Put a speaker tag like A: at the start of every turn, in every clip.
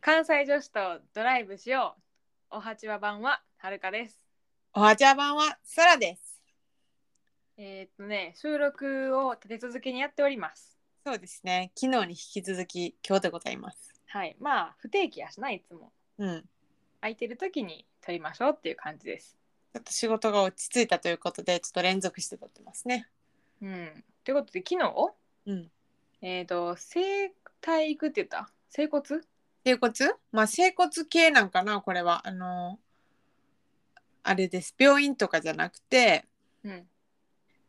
A: 関西女子とドライブしよう。おはちわ版ははるかです。
B: おはちゃ版はそらです。
A: えーっとね、収録を立て続けにやっております。
B: そうですね。昨日に引き続き今日でございます。
A: はい、まあ不定期やしないつも
B: うん。ち
A: 空いてる時に撮りましょうっていう感じです。
B: ょっと仕事が落ち着いたということで、ちょっと連続して撮ってますね。
A: うん。ということで昨日、
B: うん。
A: えーっと整体行くって言った？整骨？
B: 整骨まあ整骨系なんかなこれは。あのあれです。病院とかじゃなくて、
A: うん。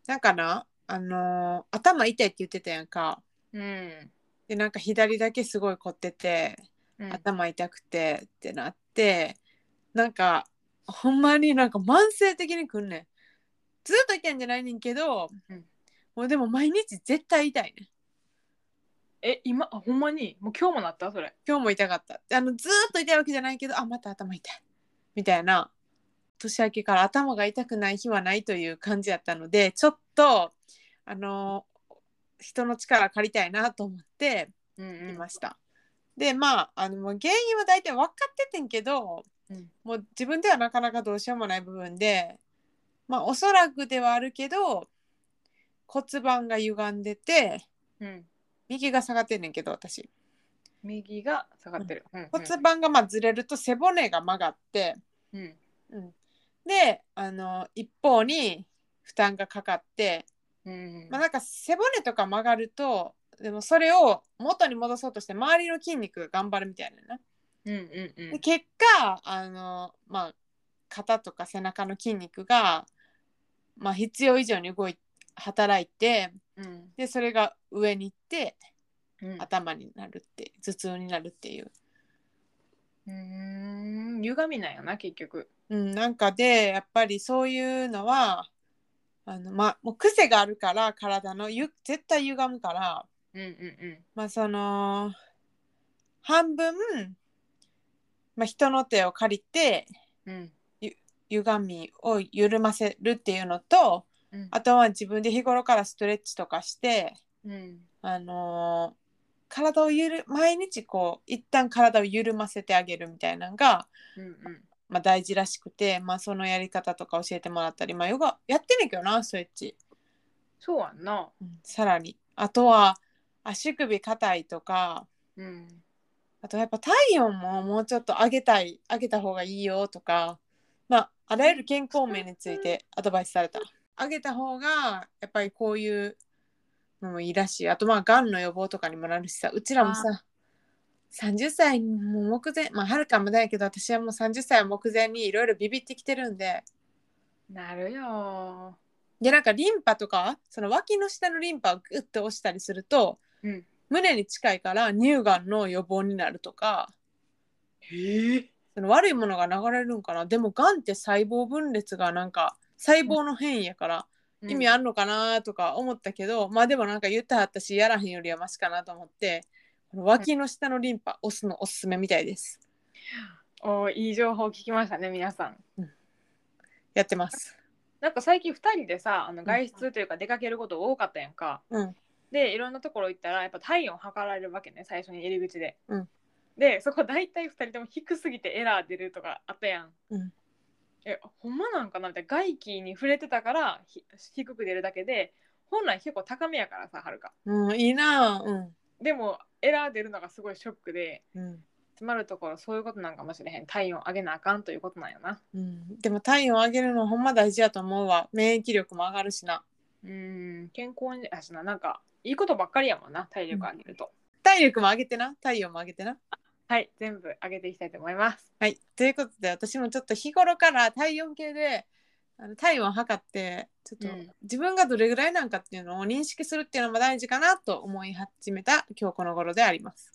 B: なんかなあの頭痛いって言ってたやんか。
A: うん。
B: でなんか左だけすごい凝ってて
A: うん、
B: 頭痛くてってなってなんかほんまになんか慢性的にくんねんずっと痛いんじゃないねんけど、
A: うん
B: もうでも毎日絶対痛いね
A: え今あほんまにもう今日もなったそれ。
B: 今日も痛かったあのずっと痛いわけじゃないけどあまた頭痛いみたいな年明けから頭が痛くない日はないという感じやったのでちょっとあの人の力借りたいなと思って
A: うんう
B: い
A: ん
B: ま。した。でまああのもう原因は大体分かっててんけど、
A: うん
B: もう自分ではなかなかどうしようもない部分でまあおそらくではあるけど骨盤が歪んでて
A: うん。
B: 右が下がってんねんけど私
A: 右が下がってる。うんうん
B: 骨盤がまあずれると背骨が曲がって、
A: うん。
B: うんであの一方に負担がかかって、
A: うん。
B: まあ、なんか背骨とか曲がるとでもそれを元に戻そうとして周りの筋肉が頑張るみたいなな。
A: うんうんう
B: で
A: ん。
B: 結果あの、まあ、肩とか背中の筋肉が、まあ、必要以上に動い働いて
A: うん
B: でそれが上に行って
A: うん
B: 頭になるって頭痛になるっていう、
A: うーん歪みなんやな結局
B: うん、なんかでやっぱりそういうのはあの、まあ、もう癖があるから体のゆ絶対歪むから、
A: うんうん
B: まあ、その半分、まあ、人の手を借りて
A: うんうん
B: 歪みを緩ませるっていうのと、
A: うん
B: あとは自分で日頃からストレッチとかして、
A: うん
B: あのー体をゆる毎日こう一旦体を緩ませてあげるみたいなのが、
A: うんうん
B: まあ、大事らしくて、まあ、そのやり方とか教えてもらったり、まあ、ヨガやってんねんけどなストレッチ、
A: そうやんな
B: うんさらにあとは足首硬いとか
A: うん
B: あとやっぱ体温ももうちょっと上げたい上げた方がいいよとか、まあ、あらゆる健康面についてアドバイスされた上げた方がやっぱりこういうのもいいらしいあとまあがんの予防とかにもなるしさうちらもさ30歳も目前まあはるかまだやけど私はもう30歳を目前にいろいろビビってきてるんで
A: なるよ
B: でなんかリンパとかその脇の下のリンパをグッと押したりすると
A: うん
B: 胸に近いから乳がんの予防になるとか。
A: へえ
B: その悪いものが流れるんかなでもがんって細胞分裂がなんか細胞の変異やから意味あ
A: る
B: んのかなとか思ったけど、まあでもなんか言ってはったしやらへんよりはマシかなと思ってこの脇の下のリンパ押すのおすすめみたいです
A: おーいい情報聞きましたね皆さん
B: やってます
A: なんか最近2人でさあの外出というか出かけること多かったやんか
B: うん
A: でいろんなところ行ったらやっぱ体温測られるわけね最初に入り口で、
B: うん
A: でそこ大体2人とも低すぎてエラー出るとかあったやん、
B: うん
A: えほんまなんかなみたいな外気に触れてたからひ低く出るだけで本来結構高めやからさはるか
B: うんいいなあうん
A: でもエラー出るのがすごいショックで
B: うん、
A: 詰まるところそういうことなんかもしれへん体温上げなあかんということなんやな
B: うん、でも体温上げるのほんま大事やと思うわ免疫力も上がるしな
A: うん健康にあしななんかいいことばっかりやもんな体力上げると、
B: 体力も上げてな体温も上げてな
A: はい全部上げていきたいと思います
B: はい、ということで私もちょっと日頃から体温計であの体温を測ってちょっと
A: うん
B: 自分がどれぐらいなんかっていうのを認識するっていうのも大事かなと思い始めた今日この頃であります。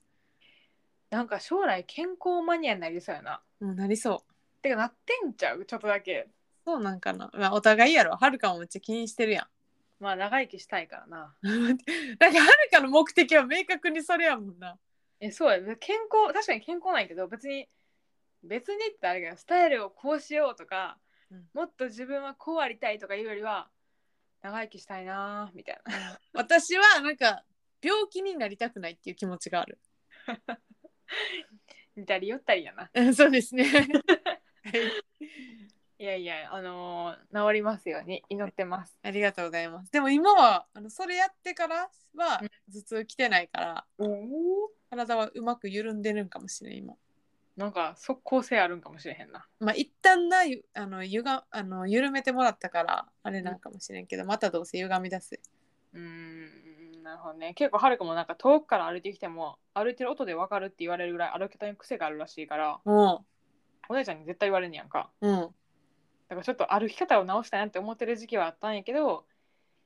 A: なんか将来健康マニアになりそうやな。
B: もうなりそう。
A: てかなってんちゃうちょっとだけ。
B: そうなんかな、まあ、お互いやろはるかもめっちゃ気にしてるやん。
A: まあ長生きしたいからな。
B: なん かはるかの目的は明確にそれやもんな。
A: え、そうや。健康、確かに健康なんやけど、別に、別にってあれやけど、スタイルをこうしようとか、
B: うん
A: もっと自分はこうありたいとかいうよりは、長生きしたいなーみたいな。
B: 私はなんか病気になりたくないっていう気持ちがある。
A: 似たり寄ったりやな。
B: うん そうです ね。はい
A: いやいや、あのー治りますように祈ってます。
B: ありがとうございます。でも今はあのそれやってからは頭痛きてないから
A: おお。
B: 体はうまく緩んでるんかもしれん今。
A: なんか即効性あるんかもしれへんな。
B: まあ一旦なゆあのゆがあの緩めてもらったからあれなんかもしれんけどまたどうせ歪み出す。
A: うーん、なるほどね。結構はるかもなんか遠くから歩いてきても歩いてる音でわかるって言われるぐらい歩き方に癖があるらしいから、
B: うん
A: お姉ちゃんに絶対言われんねやんか。
B: うん
A: だからちょっと歩き方を直したいなって思ってる時期はあったんやけど、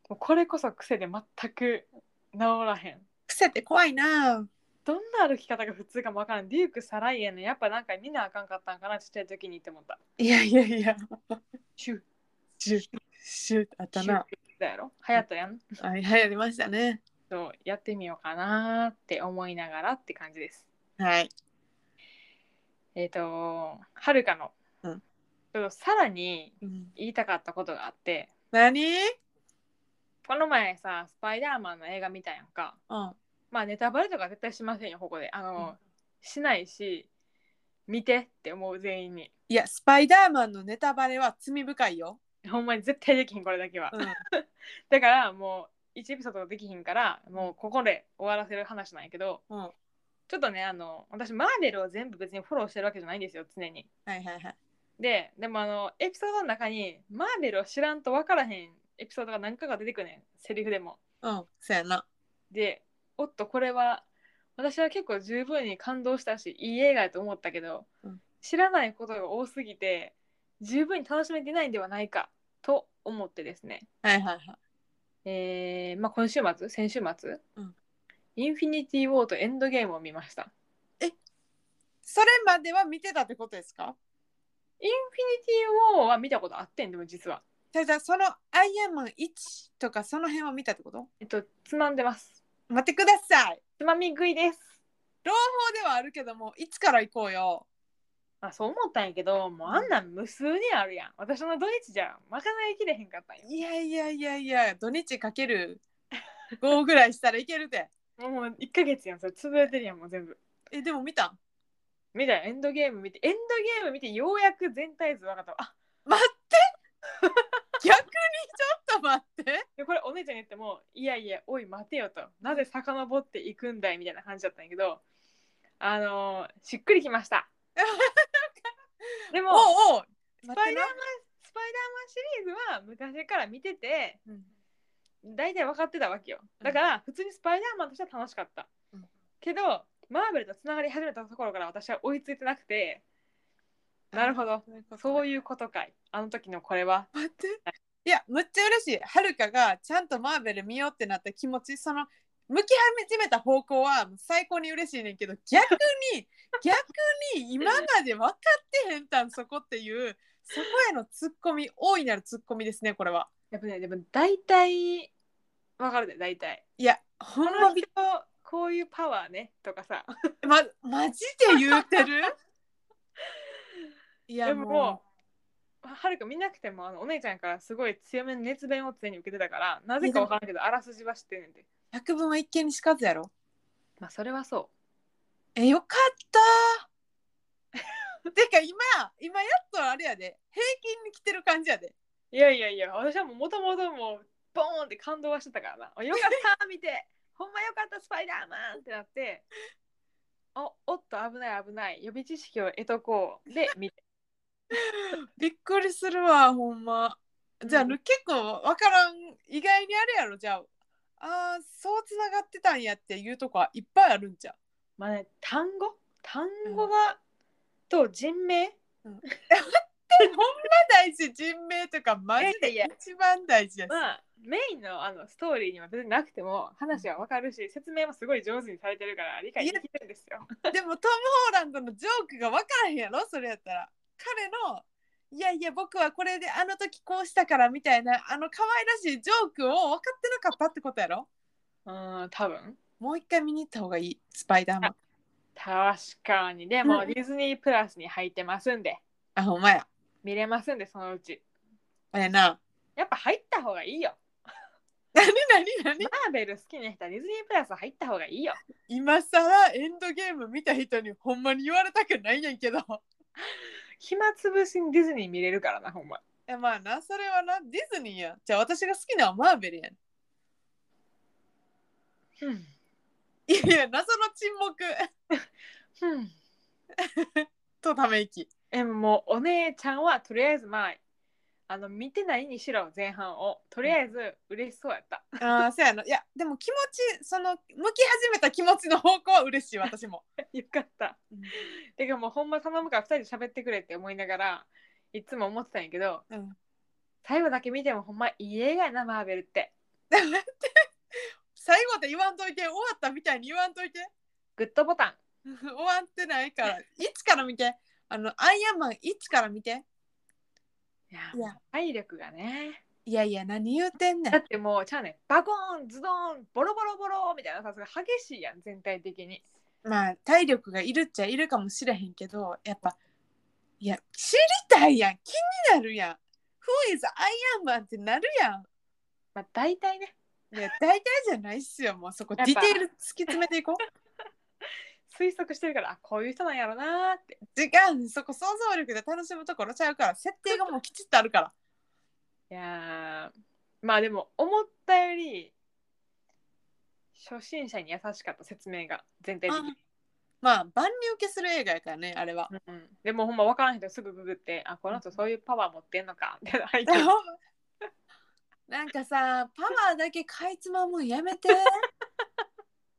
A: もうこれこそ癖で全く治らへん。
B: 癖って怖いな。
A: どんな歩き方が普通かもわからん。デュークサライエンのやっぱなんか見なあかんかったんかなちっちゃい時にって思った。
B: いやいやいや。
A: シュッ
B: シュッシュッあったな。
A: シュッだやろ流行ったやん。
B: はいはいやりましたね。
A: そうやってみようかなーって思いながらって感じです。
B: はい。
A: えっ、とはるかの、
B: うん
A: ちょっとさらに
B: うん、
A: 言いたかったことがあって
B: 何？
A: この前さスパイダーマンの映画見たやんか
B: うん
A: まあネタバレとか絶対しませんよここであの、
B: うん
A: しないし見てって思う全員に
B: いやスパイダーマンのネタバレは罪深いよ。
A: ほんまに絶対できひんこれだけは、
B: うん
A: だからもう1エピソードできひんからもうここで終わらせる話なんやけど
B: うんは
A: ちょっとねあの私マーベルを全部別にフォローしてるわけじゃないんですよ常に
B: いはいはい。
A: ででもあのエピソードの中にマーベルを知らんと分からへんエピソードが何回か出てくるねんセリフでも
B: うんそうやな。
A: でおっとこれは私は結構十分に感動したしいい映画やと思ったけど、
B: うん
A: 知らないことが多すぎて十分に楽しめてないんではないかと思ってですね、
B: はいはいはい。
A: えーまあ、今週末先週末、
B: うん
A: インフィニティ・ウォーとエンドゲームを見ました
B: それまでは見てたってことですか
A: インフィニティ・ウォーは見たことあってんでも実は
B: じゃあじゃあそのアイアンマン1とかその辺は見たってこと
A: えっとつまんでます
B: 待ってください
A: つまみ食いです
B: そうではあるけどもいつから行こうよ
A: まあ、そう思ったんやけどもうあんなん無数にあるやん私の土日じゃまかないきれへんかったん
B: いやいやいやいや土日かける5ぐらいしたらいけるで
A: よもう1ヶ月やんそれ潰れてるやんもう全部
B: えでも見た
A: 見たよエンドゲーム見てエンドゲーム見てようやく全体図分かったわあ
B: 待って逆にちょっと待って
A: でこれお姉ちゃんに言ってもいやいやおい待てよとなぜ遡っていくんだいみたいな感じだったんやけどあのーしっくりきました でも
B: おうおう
A: スパイダーマ
B: 待ってな
A: ンスパイダーマンシリーズは昔から見てて
B: うん
A: 大体分かってたわけよだから普通にスパイダーマンとしては楽しかった、
B: うん
A: けどマーベルとつながり始めたところから私は追いついてなくてなるほど
B: そういうこと
A: そういうことかいあの時のこれは
B: 待っていやむっちゃ嬉しいはるかがちゃんとマーベル見ようってなった気持ちその向き始めた方向は最高に嬉しいねんけど逆 に逆に今まで分かってへんたんそこっていうそこへのツッコミ大いなるツッコミですねこれは
A: やっぱねでも大体分かるで大体
B: いやほん
A: こ
B: ま
A: の人こういうパワーねとかさ
B: まマジで言うて るい
A: で
B: や
A: も
B: も
A: はるか見なくてもあのお姉ちゃんからすごい強めの熱弁を常に受けてたからなぜか分からんけどあらすじは知ってんねんて
B: う百聞は一見にしかずやろ
A: まあそれはそう
B: えよかった てか今今やっとあれやで平均に来てる感じやで
A: いやいやいや、私はもうもともともう、ボーンって感動はしてたからな。あよかった、見 て、ほんまよかった、スパイダーマンってなって、おおっと、危ない、危ない、予備知識を得とこう。で、 見て。
B: びっくりするわほんまじゃあ、
A: うん
B: 結構わからん意外にあれやろじゃああーそうつながってたんやっていうとこはいっぱいあるんじゃう
A: まあね、単語単語が、と人名
B: ほんま大事人名とかマジで
A: いやいや
B: 一番大事やし
A: まあ、メインのあのストーリーには別になくても、話はわかるし、説明もすごい上手にされてるから、理解できるんですよ。
B: でもトム・ホーランドのジョークがわからへんやろそれやったら彼のいやいや僕はこれであの時こうしたからみたいなあの可愛らしいジョークを分かってなかったってことやろ
A: うん、多分
B: もう一回見に行った方がいいスパイダーマン
A: 確かに。でも、
B: うん
A: ディズニープラスに入ってますんで、
B: あほんまや
A: 見れますんで、そのうち。
B: あやな
A: やっぱ入った方がいいよ。
B: 何何何
A: マーベル好きな人はディズニープラス入った方がいいよ。
B: 今更エンドゲーム見た人にほんまに言われたくないねんけど。
A: 暇つぶしにディズニー見れるからな、ほんま。
B: え、まあな、それはな、ディズニーやん。じゃあ私が好きなのはマーベルやん。
A: ふん
B: いやいや、謎の沈黙
A: ふん
B: とため息。
A: えもうお姉ちゃんはとりあえずまああの見てないにしろ前半をとりあえず嬉しそうやった、
B: ああ、そうやな。いや、でも気持ち、その、向き始めた気持ちの方向は 嬉しい、私も。
A: よかったてかもうほんま頼むから2人で喋ってくれって思いながらいつも思ってたんやけど
B: うん。
A: 最後だけ見てもほんまいい映画やなマーベルって
B: 最後って言わんといて、終わったみたいに言わんといて。
A: グッドボタン
B: 終わってないから。1から見て。あの、アイアンマン1から見て。
A: いや
B: いや
A: 体力がね
B: いやいや、何言うて んね
A: だっ
B: ん。
A: てもうちゃうねバコーンズドンボロボロボロみたいなさすが激しいやん全体的に
B: まあ、体力がいるっちゃいるかもしれへんけど、やっぱ、いや、知りたいやん。気になるやん。Who is アイアンマンってなるやん。
A: まあ大体ね
B: いや、大体じゃないっすよ。もうそこ、デ
A: やっ
B: ィテ
A: ぱ
B: ール突き詰めていこう。
A: 推測してるからあこういう人なんやろなーって
B: 時間そこ想像力で楽しむところちゃうから設定がもうきちっとあるから
A: いやーまあでも思ったより初心者に優しかった説明が全体的に、
B: まあ万人受けする映画やからねあれは
A: うん、でもほんま分からん人すぐググってあこの人そういうパワー持ってんのかみたいな入 って
B: なんかさパワーだけかいつまむんやめて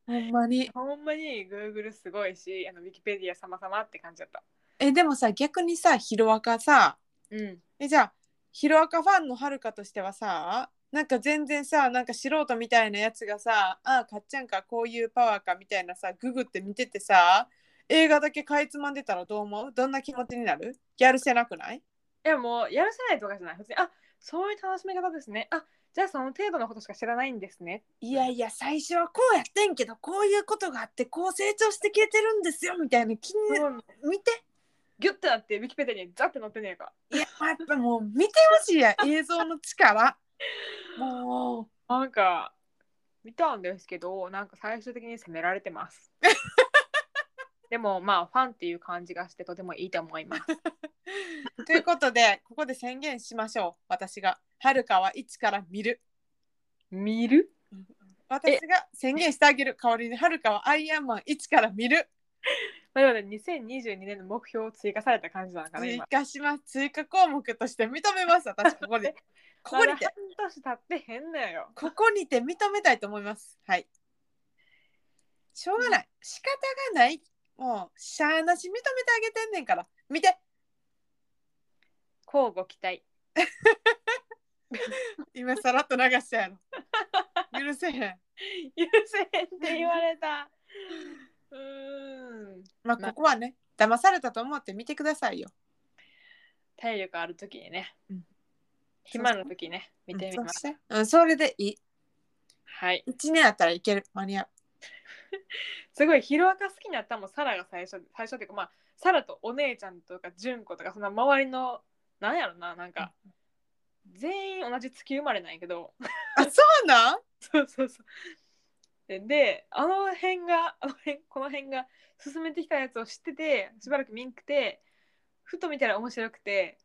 B: ほんまに
A: ほんまにグーグルすごいしあのウィキペディア様々って感じだった
B: えでもさ逆にさヒロアカさ
A: うん
B: えじゃあヒロアカファンのはるかとしてはさなんか全然さなんか素人みたいなやつがさああかっちゃんかこういうパワーかみたいなさググって見ててさ映画だけかいつまんでたらどう思うどんな気持ちになるやるせなくない
A: いやもうやるせないとかじゃない普通にあそういう楽しみ方ですねあじゃあその程度のことしか知らないんですね
B: いやいや最初はこうやってんけどこういうことがあってこう成長して消えてるんですよみたいな気に
A: もう
B: 見て
A: ギュッてなってウィキペディアにザッて載ってねえか
B: いややっぱもう見てほしい や映像の力も
A: なんか見たんですけどなんか最終的に責められてます でもまあファンっていう感じがしてとてもいいと思います
B: うということでここで宣言しましょう私がはるかは一から見る
A: 見る
B: 私が宣言してあげる代わりにはるかはアイアンマン一から見る
A: なので2022年の目標を追加された感じなのかな
B: 追
A: 今
B: 加します追加項目として認めます私こ こでここにて
A: まだ半年経ってへんのよ
B: ここにて認めたいと思います。はい。しょうがない。仕方がない。もう、しゃあなし認めてあげてんねんから。見て
A: 交互期待
B: 今さらっと流したや ろ。許せへん。
A: 優先って言われた うーん
B: まあ、ここはね、騙されたと思って見てくださいよ。
A: 体力ある時にね、
B: うん
A: 暇の時ね見てみ
B: うん
A: ま
B: そ
A: す
B: してうん、それでいい。
A: はい
B: 1年あったらいける。間に合う。
A: すごいヒロアカ好きになったのもサラが最初最初っていうかまあサラとお姉ちゃんとか純子とかその周りのなんやろななんか全員同じ月生まれなんやけど
B: あ、そうなん
A: そうそうそうでであの辺があの辺この辺が進めてきたやつを知っててしばらく見んくてふと見たら面白くて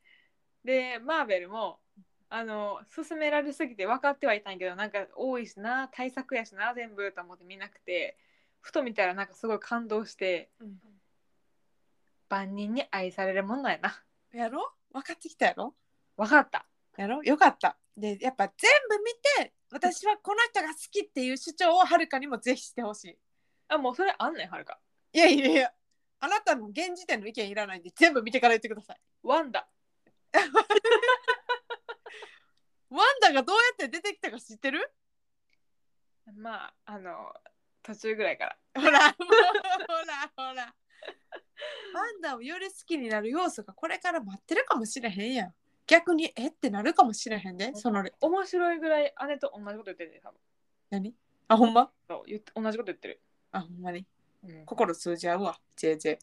A: でマーベルもあの進められすぎて分かってはいたんやけどなんか多いしな対策やしな全部と思って見なくてふと見たらなんかすごい感動して万人に愛されるものやな
B: やろ分かってきたやろ
A: 分かった
B: やろよかった。で、やっぱ全部見て、私はこの人が好きっていう主張をはるかにもぜひしてほしい。
A: あもうそれあんねんはるか
B: いやいやいや、あなたの現時点の意見いらないんで、全部見てから言ってください。
A: ワンダ
B: ワンダがどうやって出てきたか知ってる
A: まああの途中ぐらいから
B: ほら、もうほら、ほら。ワンダをより好きになる要素がこれから待ってるかもしれへんやん。逆に、えってなるかもしれへんで、その、
A: 面白いぐらい姉と同じこと言ってるね多分
B: 何あ、ほんま
A: そう言って同じこと言ってる、
B: あ、ほんまに。
A: うん、
B: 心通じ合うわ、JJ。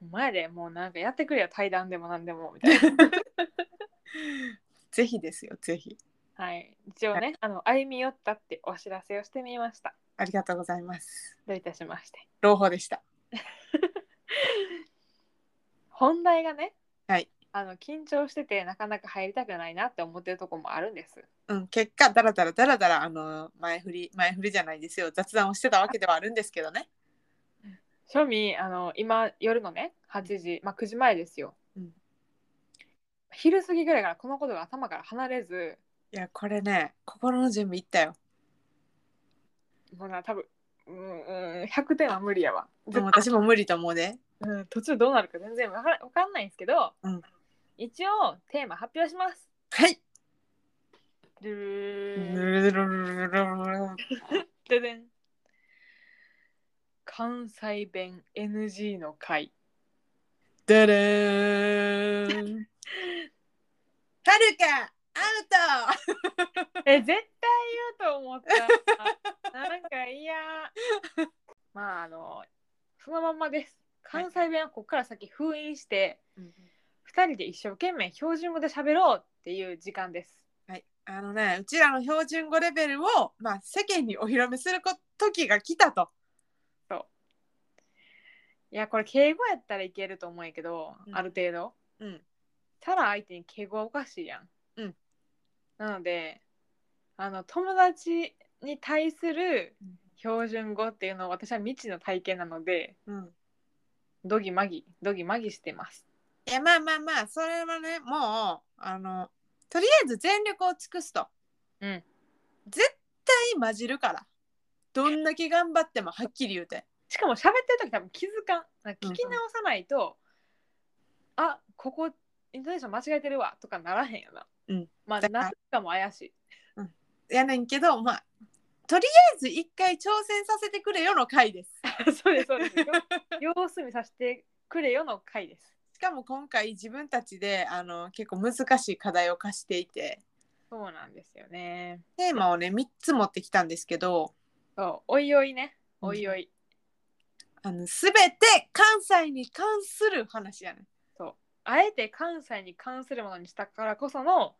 A: お前でもうなんかや ってくれよ対談でもなんでもみたいな
B: ぜひですよ、ぜひ。
A: はい、一応ね、あの歩み寄ったってお知らせをしてみました。
B: ありがとうございます。
A: どういたしまして。
B: 朗報でした。
A: 本題がね、
B: はい、
A: あの緊張しててなかなか入りたくないなって思ってるとこもあるんです。
B: うん、結果だらだらだらだらあの前振り前振りじゃないですよ雑談をしてたわけではあるんですけどね。
A: 庶民あの今夜のね8時、まあ、9時前ですよ、
B: うん
A: 昼過ぎぐらいからこのことが頭から離れず
B: いやこれね心の準備いったよ。
A: もうな多分うんうん100点は無理やわ、
B: でも私も無理と思うで。
A: うん、途中どうなるか全然わからわかんないんですけど、
B: うん
A: 一応テーマ発表します
B: はい。
A: ルルルルル
B: は
A: ででん関西弁 NG の回
B: るかアウ
A: え絶対言うと思った なんかいやまああのそのまんまです関西弁はここから先封印して、
B: ト。
A: 二人で一生懸命標準語で喋ろうっていう時間です
B: はい。あのねうちらの標準語レベルをまあ世間にお披露目するこ時が来たと。
A: いやこれ敬語やったらいけると思うんやけど、
B: うん
A: ある程度
B: うん。
A: ただ相手に敬語はおかしいやん、
B: うん
A: なのであの友達に対する標準語っていうのを私は未知の体験なので
B: うん。
A: どぎまぎどぎまぎしてます
B: いやまあまあまあそれはねもうあのとりあえず全力を尽くすと、
A: うん、
B: 絶対混じるからどんだけ頑張ってもはっきり言うて
A: しかも喋ってる時多分気づかんなんか聞き直さないと、あここイントネーション間違えてるわとかならへんよな、
B: うん
A: まあ
B: だから
A: なるかも怪しい
B: やねんけどまあとりあえず一回挑戦させてくれよの回です
A: そうですそう ですよ様子見させてくれよの回です
B: しかも今回自分たちであの結構難しい課題を課していて
A: そうなんですよね
B: テーマをね3つ持ってきたんですけど
A: そうおいおいねおいおい、
B: あの全て関西に関する話やねん
A: あえて関西に関するものにしたからこその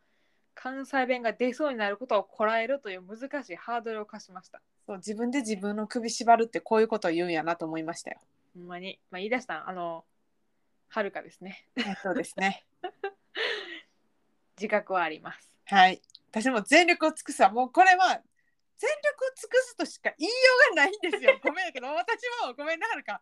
A: 関西弁が出そうになることをこらえるという難しいハードルを課しました
B: そう自分で自分の首縛るってこういうことを言うんやなと思いましたよ
A: ほんまに、まあ、言い出したんあのはるかですね
B: そうですね
A: 自覚はあります
B: はい。私も全力を尽くすわ。もうこれは全力を尽くすとしか言いようがないんですよ。ごめんやけど、私もごめんなはるか。は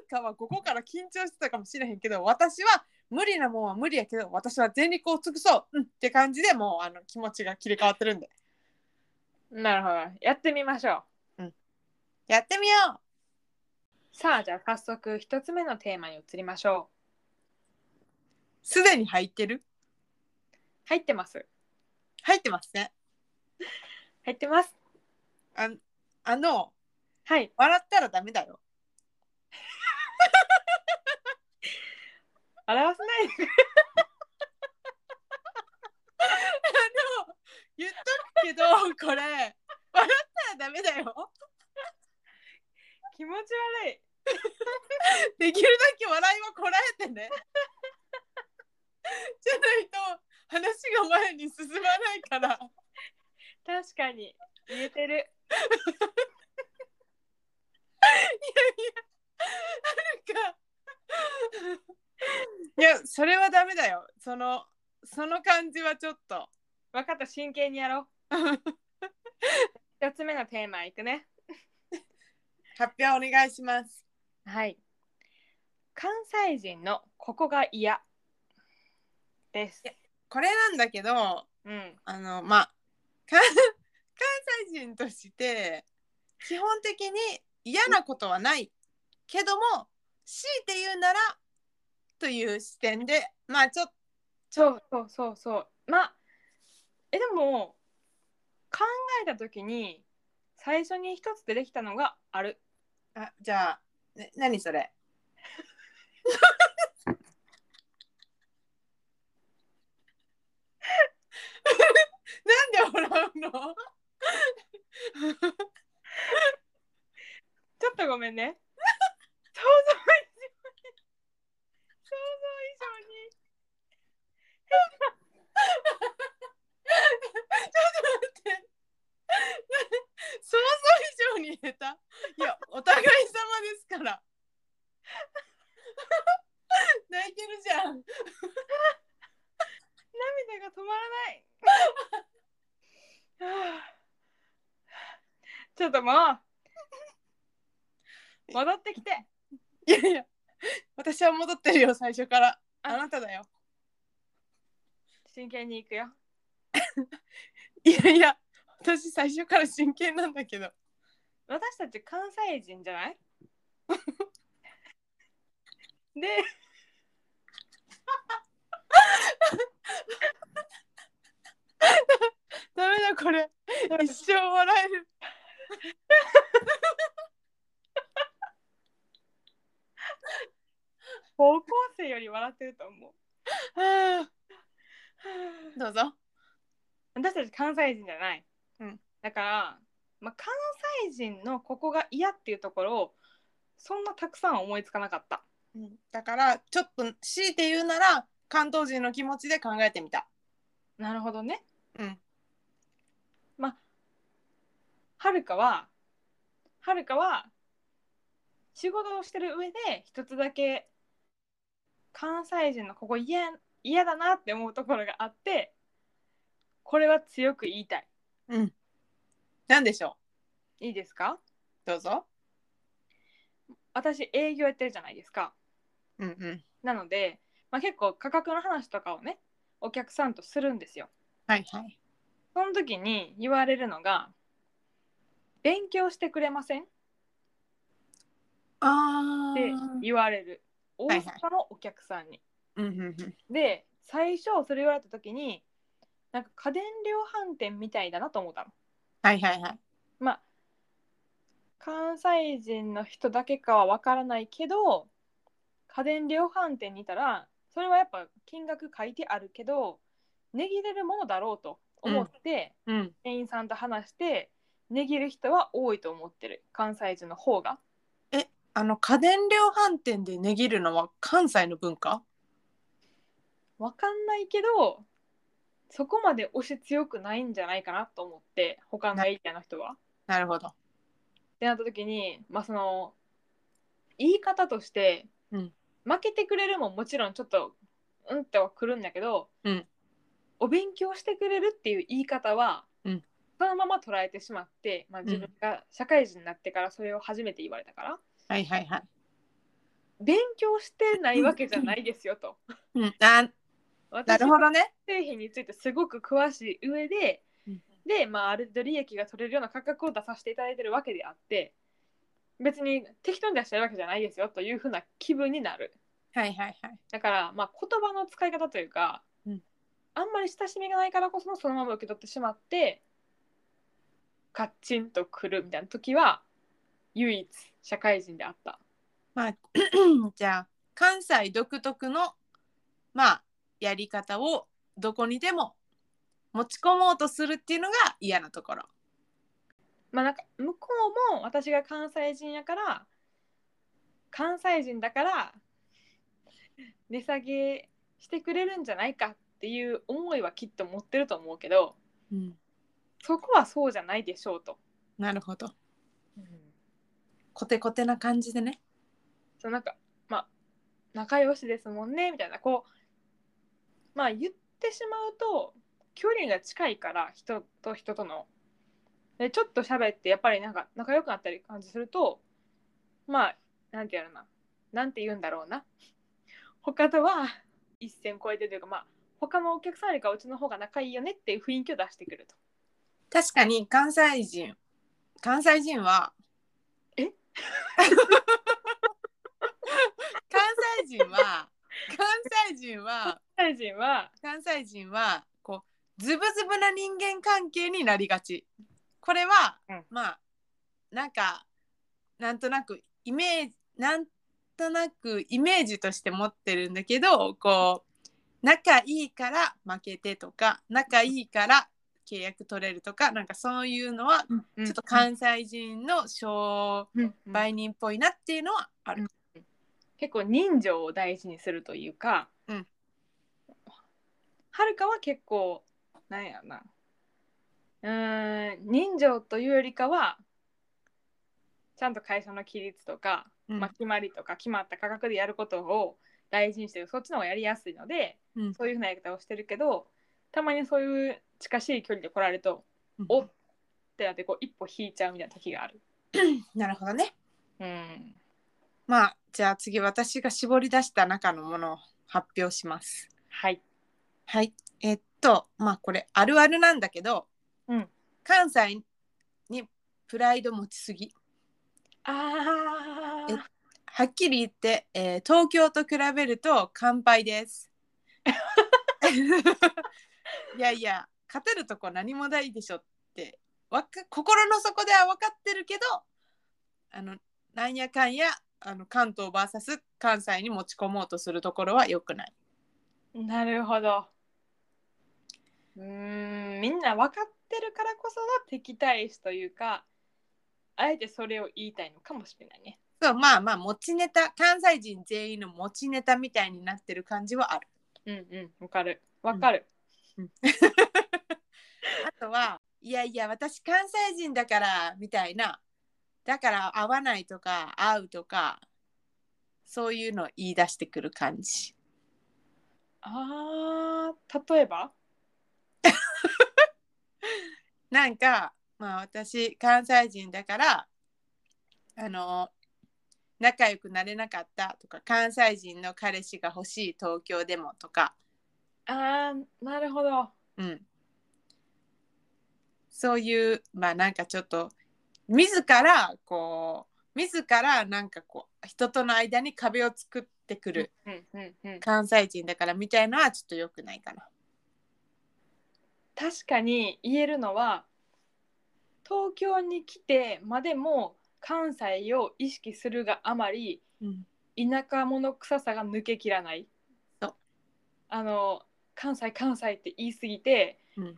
B: るかはここから緊張してたかもしれへんけど、私は無理なもんは無理やけど、私は全力を尽くそう、うん、って感じでもうあの気持ちが切り替わってるんで。
A: なるほどやってみましょう
B: やってみよう
A: さあじゃあ早速一つ目のテーマに移りましょ
B: すでに入ってる
A: う入ってます
B: 入ってますね。
A: 入ってます
B: ああの、
A: はい
B: 笑ったらダメだよ。
A: 表せないで
B: あの、言っとくけど、これ、笑ったらダメだよ。
A: 気持ち悪い
B: できるだけ笑いはこらえてね。じゃないと話が前に進まないから。
A: 確かに言えてる
B: いやそれはダメだよ。そのその感じはちょっと。
A: 分かった真剣にやろう二つ目のテーマいくね
B: 発表お願いします。
A: はい関西人のここが嫌です
B: これなんだけど
A: うん
B: あのまあ関関西人として基本的に嫌なことはないけども強いて言うならという視点でまあちょっと
A: そうそうそうそうまあえでも考えた時に最初に一つ出てきたのがある
B: あじゃあ、ね、何それ なんで笑うの
A: ちょっとごめん ね想像以上に想像以上に
B: ちょっと待って入れたいやお互い様ですから 泣いてるじゃん
A: 涙が止まらないはあちょっともう戻ってきて
B: いやいや私は戻ってるよ最初からあなただよ
A: 真剣に行くよ
B: いやいや私最初から真剣なんだけど
A: 私たち関西人じゃないで
B: ダメだこれ一生笑える
A: 高校生より笑ってると思う
B: はあどうぞ
A: 私たち関西人じゃない、
B: うん
A: だから、まあ、関西人のここが嫌っていうところをそんなたくさん思いつかなかった
B: だからちょっと強いて言うなら関東人の気持ちで考えてみた
A: なるほどね
B: うん
A: はるかははるかは仕事をしてる上で一つだけ関西人のここ嫌嫌だなって思うところがあってこれは強く言いたい
B: うんなんでしょ
A: いいですか
B: うどうぞ
A: 私営業やってるじゃないですか
B: うんうん
A: なので、まあ、結構価格の話とかをねお客さんとするんですよ
B: はいはい
A: その時に言われるのが「勉強してくれません?」っ
B: あ
A: て言われる大
B: はいはい
A: 阪のお客さんに。
B: うんうんうん
A: で最初それ言われた時になんか家電量販店みたいだなと思ったの。
B: はいはいはい
A: まあ関西人の人だけかはわからないけど家電量販店にいたらそれはやっぱ金額書いてあるけど値切れるものだろうと思って、
B: うん
A: 店員さんと話して値切る人は多いと思ってる関西人の方が
B: あの家電量販店で値切るのは関西の文化
A: わかんないけどそこまで押し強くないんじゃないかなと思って他のエリアの人は。
B: なるほど
A: ってなった時に、まあ、その言い方として、
B: うん
A: 負けてくれるももちろんちょっとうんってはくるんだけど、
B: うん
A: お勉強してくれるっていう言い方は、
B: うん
A: そのまま捉えてしまって、まあ、自分が社会人になってからそれを初めて言われたから、
B: はいはいはい
A: 勉強してないわけじゃないですよと。
B: うんあ な
A: 私
B: る
A: は
B: ほどね
A: 製品についてすごく詳しい上で、
B: うん
A: で、まあ、ある程度利益が取れるような価格を出させていただいてるわけであって別に適当に出してるわけじゃないですよというふうな気分になる
B: はいはいはい
A: だから、まあ、言葉の使い方というか、
B: うん
A: あんまり親しみがないからこそのそのまま受け取ってしまってカッチンとくるみたいな時は唯一社会人であった
B: まあ じゃあ関西独特のまあやり方をどこにでも持ち込もうとするっていうのが嫌なところ。
A: まあなんか向こうも私が関西人やから関西人だから値下げしてくれるんじゃないかっていう思いはきっと持ってると思うけど
B: うん、
A: そこはそうじゃないでしょうと。
B: なるほど。コテコテな感じでね。
A: そうなんかまあ仲良しですもんねみたいなこうまあ言ってしまうと距離が近いから人と人とのでちょっと喋ってやっぱりなんか仲良くなったり感じするとまあなんてやろななんて言うんだろうな他とは一線超えてというかまあ他のお客さんよりかはうちの方が仲いいよねっていう雰囲気を出してくると
B: 確かに関西人関西人は
A: え
B: 関西人は関西人は
A: 大臣は
B: 関西人はこうズブズブな人間関係になりがちこれは、
A: うん
B: まあなんかなんとなくイメージなんとなくイメージとして持ってるんだけどこう仲いいから負けてとか仲いいから契約取れるとかなんかそういうのはち
A: ちょ
B: ょっと関西人の商売人っぽいなっていうのはある。
A: 結構人情を大事にするというか、
B: うん
A: はるかは結構なんやろなうーん人情というよりかはちゃんと会社の規律とか、
B: うん
A: まあ、決まりとか決まった価格でやることを大事にしてるそっちの方がやりやすいので、
B: うん
A: そういうふうなやり方をしてるけどたまにそういう近しい距離で来られると
B: うん
A: おってなってこう一歩引いちゃうみたいな時がある。
B: なるほどね。
A: うん、
B: まあじゃあ次私が絞り出した中のものを発表します。
A: はい、
B: はい。えっとまあこれあるあるなんだけど、
A: うん
B: 関西にプライド持ちすぎ。
A: あ
B: ーはっきり言って、えー東京と比べると乾杯です。いやいや勝てるとこ何もないでしょってわか心の底では分かってるけどあのなんやかんやあの関東 VS 関西に持ち込もうとするところは良くない。
A: なるほど。うーんみんな分かってるからこその敵対視というかあえてそれを言いたいのかもしれないね。
B: そうまあまあ持ちネタ関西人全員の持ちネタみたいになってる感じはある。
A: うんうんわかるわかる。
B: あとはいやいや私関西人だからみたいなだから合わないとか合うとかそういうのを言い出してくる感じ
A: あー例えば
B: なんかまあ私関西人だからあの仲良くなれなかったとか関西人の彼氏が欲しい東京でもとか、
A: あーなるほど。
B: うん、そういうまあなんかちょっと自らこう自らなんかこう人との間に壁を作ってくる
A: うんうんうん、
B: 関西人だからみたいのはちょっと良くないかな。
A: 確かに言えるのは東京に来てまでも関西を意識するがあまり
B: うん、
A: 田舎者臭さが抜けきらない
B: そう
A: あの関西関西って言い過ぎて、
B: うん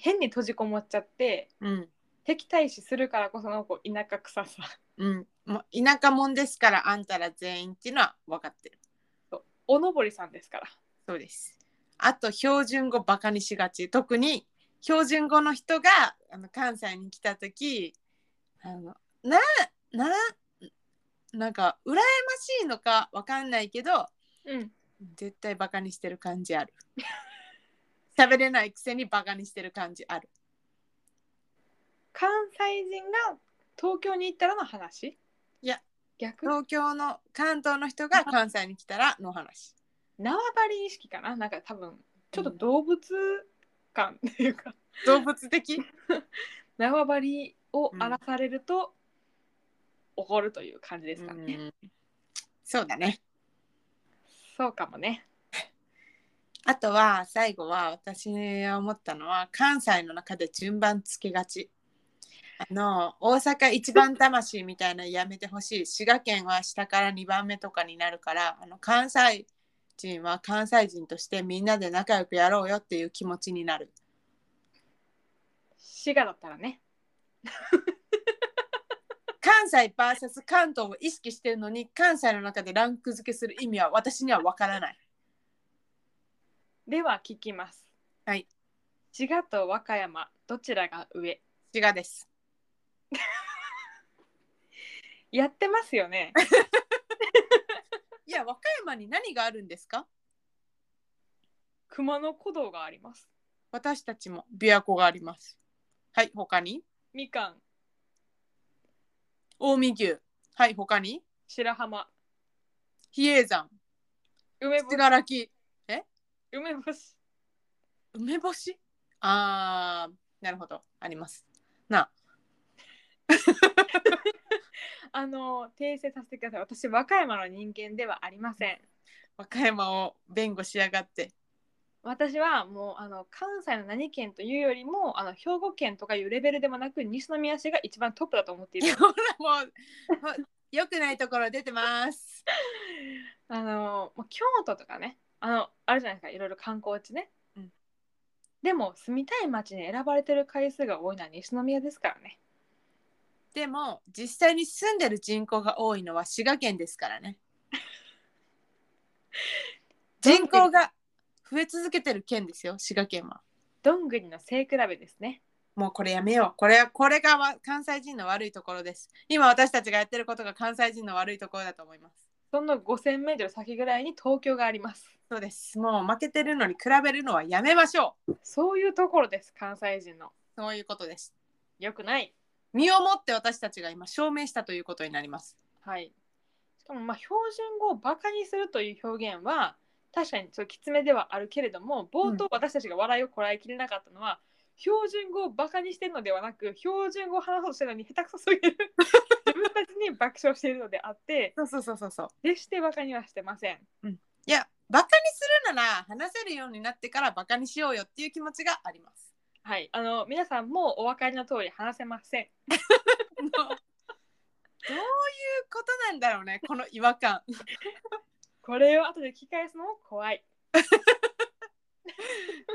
A: 変に閉じこもっちゃって
B: うん、
A: 敵対視するからこそのこう田舎臭さ
B: うん、もう田舎もんですからあんたら全員っていうのは分かってる。
A: おのぼりさんですから
B: そうです。あと標準語バカにしがち特に標準語の人があの関西に来た時あのなななんか羨ましいのかわかんないけど
A: うん
B: 絶対バカにしてる感じあ る喋れないくせにバカにしてる感じある
A: 関西人が東京に行ったらの話
B: いや
A: 逆
B: 東京の関東の人が関西に来たらの話
A: 縄張り意識かななんか多分ちょっと動物感っていうか、
B: 動物的
A: 縄張りを荒らされると、怒るという感じですかね、
B: うんそうだね
A: そうかもね
B: あとは最後は私が思ったのは関西の中で順番つけがちあの大阪一番魂みたいなのやめてほしい滋賀県は下から2番目とかになるからあの関西人は関西人としてみんなで仲良くやろうよっていう気持ちになる
A: 滋賀だったらね
B: 関西 VS 関東を意識してるのに関西の中でランク付けする意味は私には分からない
A: では聞きます
B: はい
A: 滋賀と和歌山どちらが上
B: 滋賀です
A: やってますよ ね
B: いや和歌山に何があるんですか
A: 熊野古道があります
B: 私たちも琵琶湖がありますはい他に
A: みかん
B: 近江牛はい他に
A: 白浜
B: 比叡山
A: 梅干
B: 信
A: し
B: 楽
A: 梅干し
B: 梅干しあーなるほどありますなあ
A: あの訂正させてください私和歌山の人間ではありません
B: 和歌山を弁護しやが って
A: 私はもうあの関西の何県というよりもあの兵庫県とかいうレベルでもなく西宮市が一番トップだと思ってい
B: いや
A: る
B: ほらもうもう良くないところ出てます
A: あのもう京都とかねあのあるじゃないですかいろいろ観光地ね、
B: うん
A: でも住みたい町に選ばれてる回数が多いのは西宮ですからね
B: でも実際に住んでる人口が多いのは滋賀県ですからね人口が増え続けてる県ですよ滋賀県は
A: どんぐりの背比べですね
B: もうこれやめようこれこれがわ関西人の悪いところです今私たちがやってることが関西人の悪いところだと思います
A: その 5000m 先ぐらいに東京があります
B: そうですもう負けてるのに比べるのはやめましょう
A: そういうところです関西人の
B: そういうことです
A: よくない
B: 身をもって私たちが今証明したということになります
A: はいしかもまあ標準語をバカにするという表現は確かにちょっときつめではあるけれども冒頭私たちが笑いをこらえきれなかったのは、標準語をバカにしてるのではなく標準語を話そうとしてるのに下手くそすぎる自分たちに爆笑しているのであって
B: そうそうそうそうそう
A: 決してバカにはしてません
B: いやバカにするなら話せるようになってからバカにしようよっていう気持ちがあります
A: はいあの皆さんもうお分かりの通り話せません
B: どういうことなんだろうねこの違和感
A: これを後で聞き返すのも怖い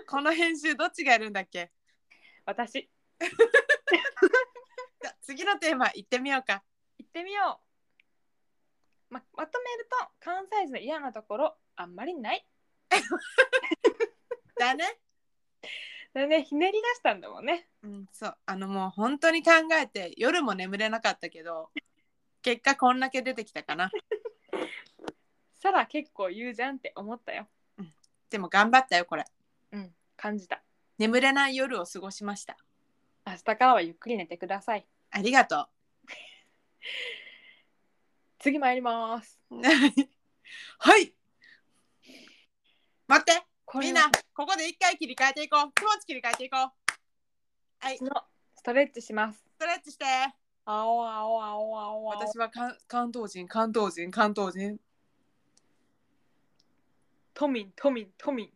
B: この編集どっちがやるんだっけ
A: 私
B: じゃあ次のテーマ行ってみようか
A: 行ってみようままとめると関西人の嫌なところあんまりない
B: だね
A: それねひねり出したんだもんね
B: うんそうあのもう本当に考えて夜も眠れなかったけど結果こんだけ出てきたかな
A: さら結構言うじゃんって思ったよ
B: でも頑張ったよこれ
A: うん感じた
B: 眠れない夜を過ごしました
A: 明日からはゆっくり寝てください
B: ありがと
A: 次参ります
B: う はい待って
A: こ
B: みん
A: は
B: なここで一回切り替えていこう気持ち切り替えていこうはいス
A: のストレッチします
B: トレッチして
A: あおあおあおあおあお
B: 私は関関東人関東人関東人
A: 都民都民都民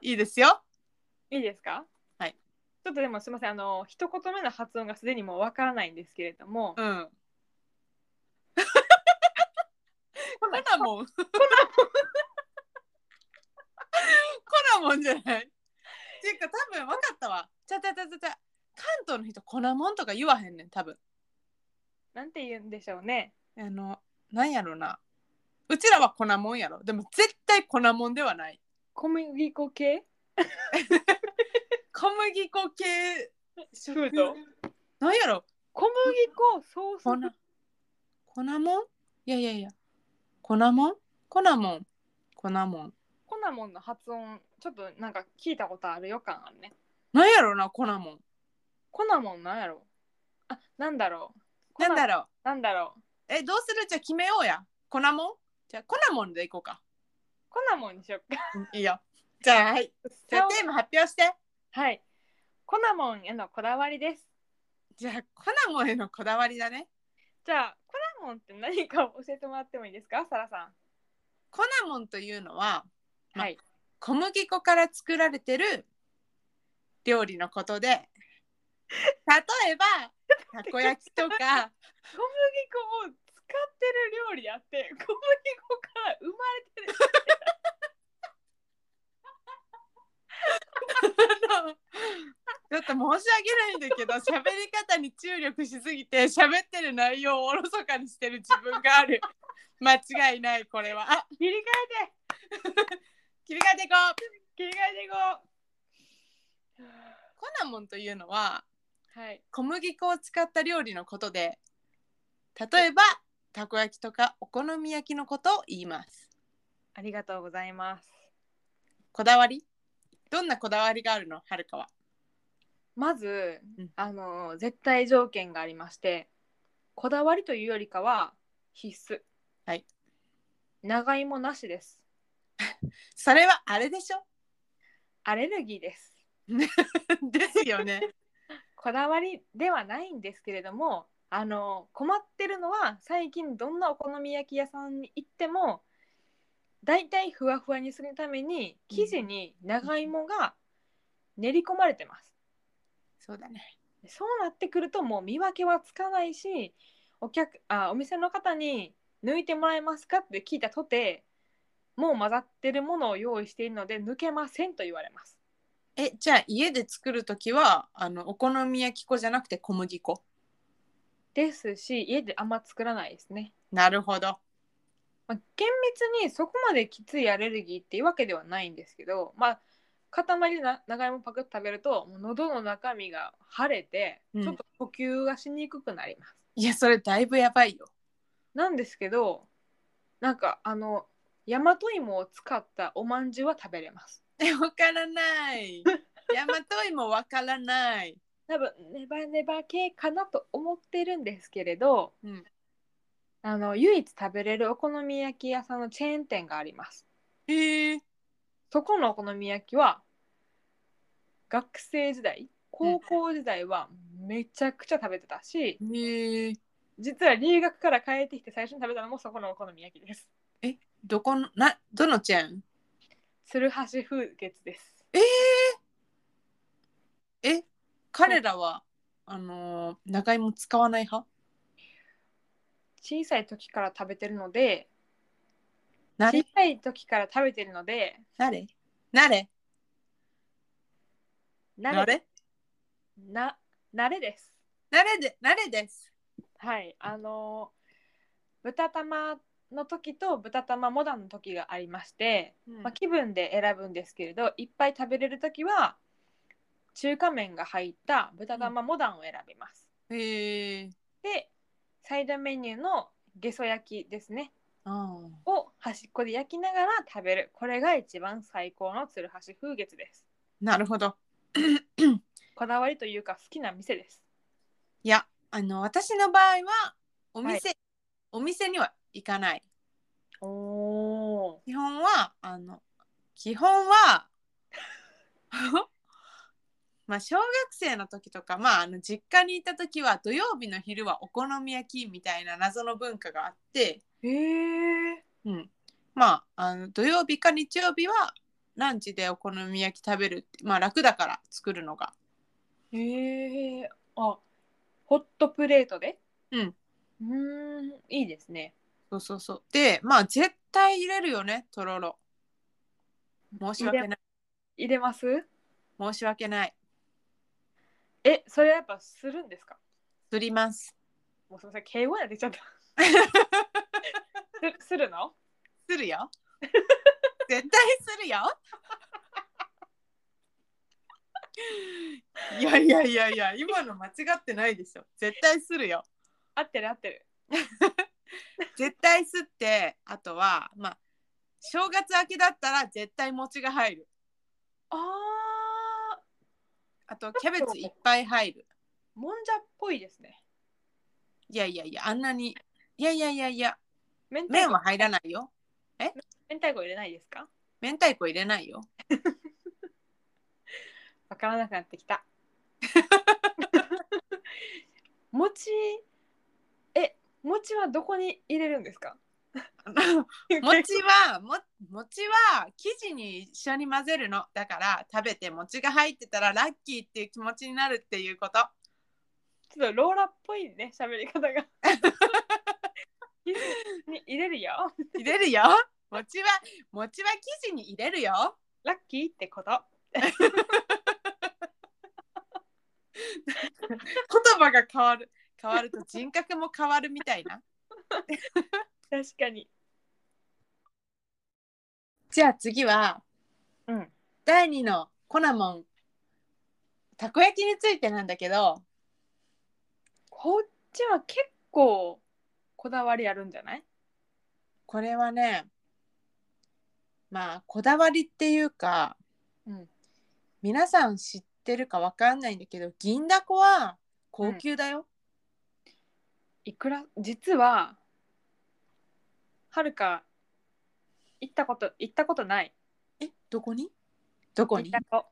B: いいですよ
A: いいですか
B: はい
A: ちょっとでもすみませんあの一言目の発音がすでにもうわからないんですけれども、
B: うん
A: こん
B: コ
A: な
B: ナモンコナモンじゃないっていうか多分分かったわちゃちゃちゃちゃちゃ関東の人コナモンとか言わへんねん多分
A: なんて言うんでしょうね
B: あのなんやろなうちらはコナモンやろでも絶対コナモンではない
A: 小麦粉系
B: 小麦粉系
A: フード
B: なんやろ
A: 小麦粉ソース
B: 粉粉もんいやいやいや粉もん粉もん粉もん
A: コナモンの発音ちょっとなんか聞いたことある予感あるね
B: なんやろうな粉もん
A: コナモンなんやろあなんだろうコナ
B: なんだろう
A: なんだろう
B: えどうするじゃあ決めようや粉もんじゃあ粉もんでいこうか
A: コナモンにしよっか
B: いいよじゃあはいじゃあテーマ発表して
A: はいコナモンへのこだわりです
B: じゃあ粉もんへのこだわりだね
A: じゃあコナモンって何か教えてもらってもいいですかサラさん
B: 粉もんというのはま
A: はい
B: 小麦粉から作られてる料理のことで例えばたこ焼きとか
A: 小麦粉を使ってる料理やって 小麦粉から生まれてる
B: あのちょっと申し訳ないんだけど喋り方に注力しすぎて喋ってる内容をおろそかにしてる自分がある間違いないこれはあ
A: 切り替えて
B: 切り替えていこ
A: 切り替えていこ
B: うコナモンというのは
A: うはい
B: 小麦粉を使った料理のことで例えばたこ焼きとかお好み焼きのことを言います
A: ありがとうございます
B: こだわりどんなこだわりがあるのはるかは
A: まず、
B: うん
A: あの絶対条件がありましてこだわりというよりかは必須
B: はい
A: 長芋なしです
B: それはあれでしょ
A: アレルギーです
B: ですよね
A: こだわりではないんですけれどもあの困ってるのは最近どんなお好み焼き屋さんに行ってもだいたいふわふわにするために生地に長芋が練り込まれてます
B: そうだね
A: でそうなってくるともう見分けはつかないしお客あお店の方に抜いてもらえますかって聞いたとてもう混ざってるものを用意しているので抜けませんと言われます
B: えじゃあ家で作るときはあのお好み焼き粉じゃなくて小麦粉
A: ですし家であんま作らないですね、
B: なるほど
A: まあ、厳密にそこまできついアレルギーっていうわけではないんですけどまあ塊でな長芋パクッと食べるともう喉の中身が腫れて
B: うん
A: ちょっと呼吸がしにくくなります、
B: いやそれだいぶやばいよ
A: なんですけどなんかあの大和芋を使ったおまんじゅうは食べれます
B: えわからない大和芋わからない
A: 多分ネバネバ系かなと思ってるんですけれど、
B: うん
A: あの唯一食べれるお好み焼き屋さんのチェーン店があります
B: へえ
A: そこのお好み焼きは学生時代高校時代はめちゃくちゃ食べてたし、
B: へえ
A: 実は留学から帰ってきて最初に食べたのもそこのお好み焼きです
B: どこのなどのチェーン
A: 鶴橋風月です
B: えええ彼らはあのー長芋使わない派
A: 小さい時から食べてるので
B: な
A: 小
B: れ
A: さい時から食べてるので
B: なれなれ
A: 慣れ
B: れ
A: な慣れです
B: なれでなれです
A: はい、あの豚玉の時と豚玉モダンの時がありまして、まあ、気分で選ぶんですけれどいっぱい食べれる時は中華麺が入った豚玉モダンを選びます、
B: へえ
A: でサイドメニューのゲソ焼きですね
B: ああ
A: を端っこで焼きながら食べるこれが一番最高の鶴橋風月です
B: なるほ ど
A: こだわりというか好きな店です
B: いやあの私の場合はお店、お店には行かない
A: おお
B: 基本はあの基本は まあ小学生の時とかまああの実家にいた時は土曜日の昼はお好み焼きみたいな謎の文化があって、
A: へえ
B: うん、まああの土曜日か日曜日はランチでお好み焼き食べるってまあ楽だから作るのが
A: へえあホットプレートで
B: うん
A: うーんいいですね
B: そうそうそうでまあ絶対入れるよねとろろ申し訳ない
A: 入れます
B: 申し訳ない
A: えそれやっぱするんですか
B: すります
A: もうすみません敬語や出ちゃったすするの
B: するよ絶対するよいやいやいやいや今の間違ってないでしょ絶対するよ
A: 合ってる合ってる
B: 絶対すってあとはまあ正月明けだったら絶対餅が入る
A: あー
B: あとキャベツいっぱい入る
A: もんじゃっぽいですね
B: いやいやいやあんなにいやいやいやいや
A: 明太
B: 麺
A: 子
B: は入らないよ
A: 明太子入れないですか
B: 明太子入れないよ
A: わからなくなってき た餅え餅はどこに入れるんですか
B: 餅はも餅は生地に一緒に混ぜるのだから食べて餅が入ってたらラッキーっていう気持ちになるっていうこと
A: ちょっとローラっぽいね、喋り方が。 に入れるよ。
B: 入れるよ餅は餅は生地に入れるよ
A: ラッキーってこと。
B: 言葉が変わる変わると人格も変わるみたいな
A: 確かに。
B: じゃあ次は
A: うん。
B: 第2のコナモンたこ焼きについてなんだけど
A: こっちは結構こだわりあるんじゃない
B: これはねまあこだわりっていうか
A: うん。
B: 皆さん知ってるかわかんないんだけど銀だこは高級だよ、
A: いくら、実は、はるか、行ったこと、行ったことない。
B: えどこにどこ
A: 銀
B: に
A: だこ